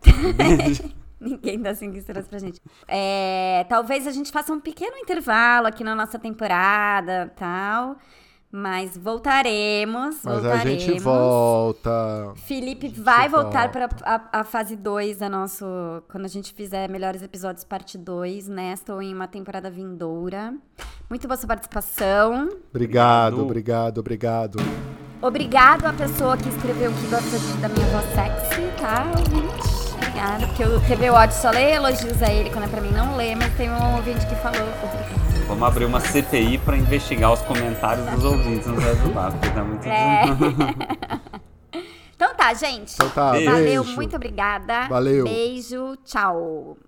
[SPEAKER 1] [laughs] Ninguém dá cinco estrelas pra gente. É, talvez a gente faça um pequeno intervalo aqui na nossa temporada tal. Mas voltaremos.
[SPEAKER 3] Mas a
[SPEAKER 1] voltaremos.
[SPEAKER 3] gente volta.
[SPEAKER 1] Felipe vai voltar
[SPEAKER 3] volta.
[SPEAKER 1] para a, a fase 2 da nosso. Quando a gente fizer melhores episódios, parte 2, né? Estou em uma temporada vindoura. Muito boa sua participação.
[SPEAKER 3] Obrigado, obrigado,
[SPEAKER 2] Obrigado.
[SPEAKER 3] obrigado.
[SPEAKER 1] Obrigado à pessoa que escreveu que gosta de- da minha voz sexy, tá? ouvinte? Obrigada. Porque o TV Watch só lê elogios a ele quando é pra mim não lê, mas tem um ouvinte que falou. obrigada.
[SPEAKER 2] Vamos abrir uma CPI pra investigar os comentários dos ouvintes nos ajudar, porque tá muito
[SPEAKER 1] É. [laughs] Então tá, gente.
[SPEAKER 3] Então tá,
[SPEAKER 2] Beijo.
[SPEAKER 1] Valeu,
[SPEAKER 3] Então beijo.
[SPEAKER 1] muito obrigada.
[SPEAKER 3] Valeu.
[SPEAKER 1] Beijo, tchau.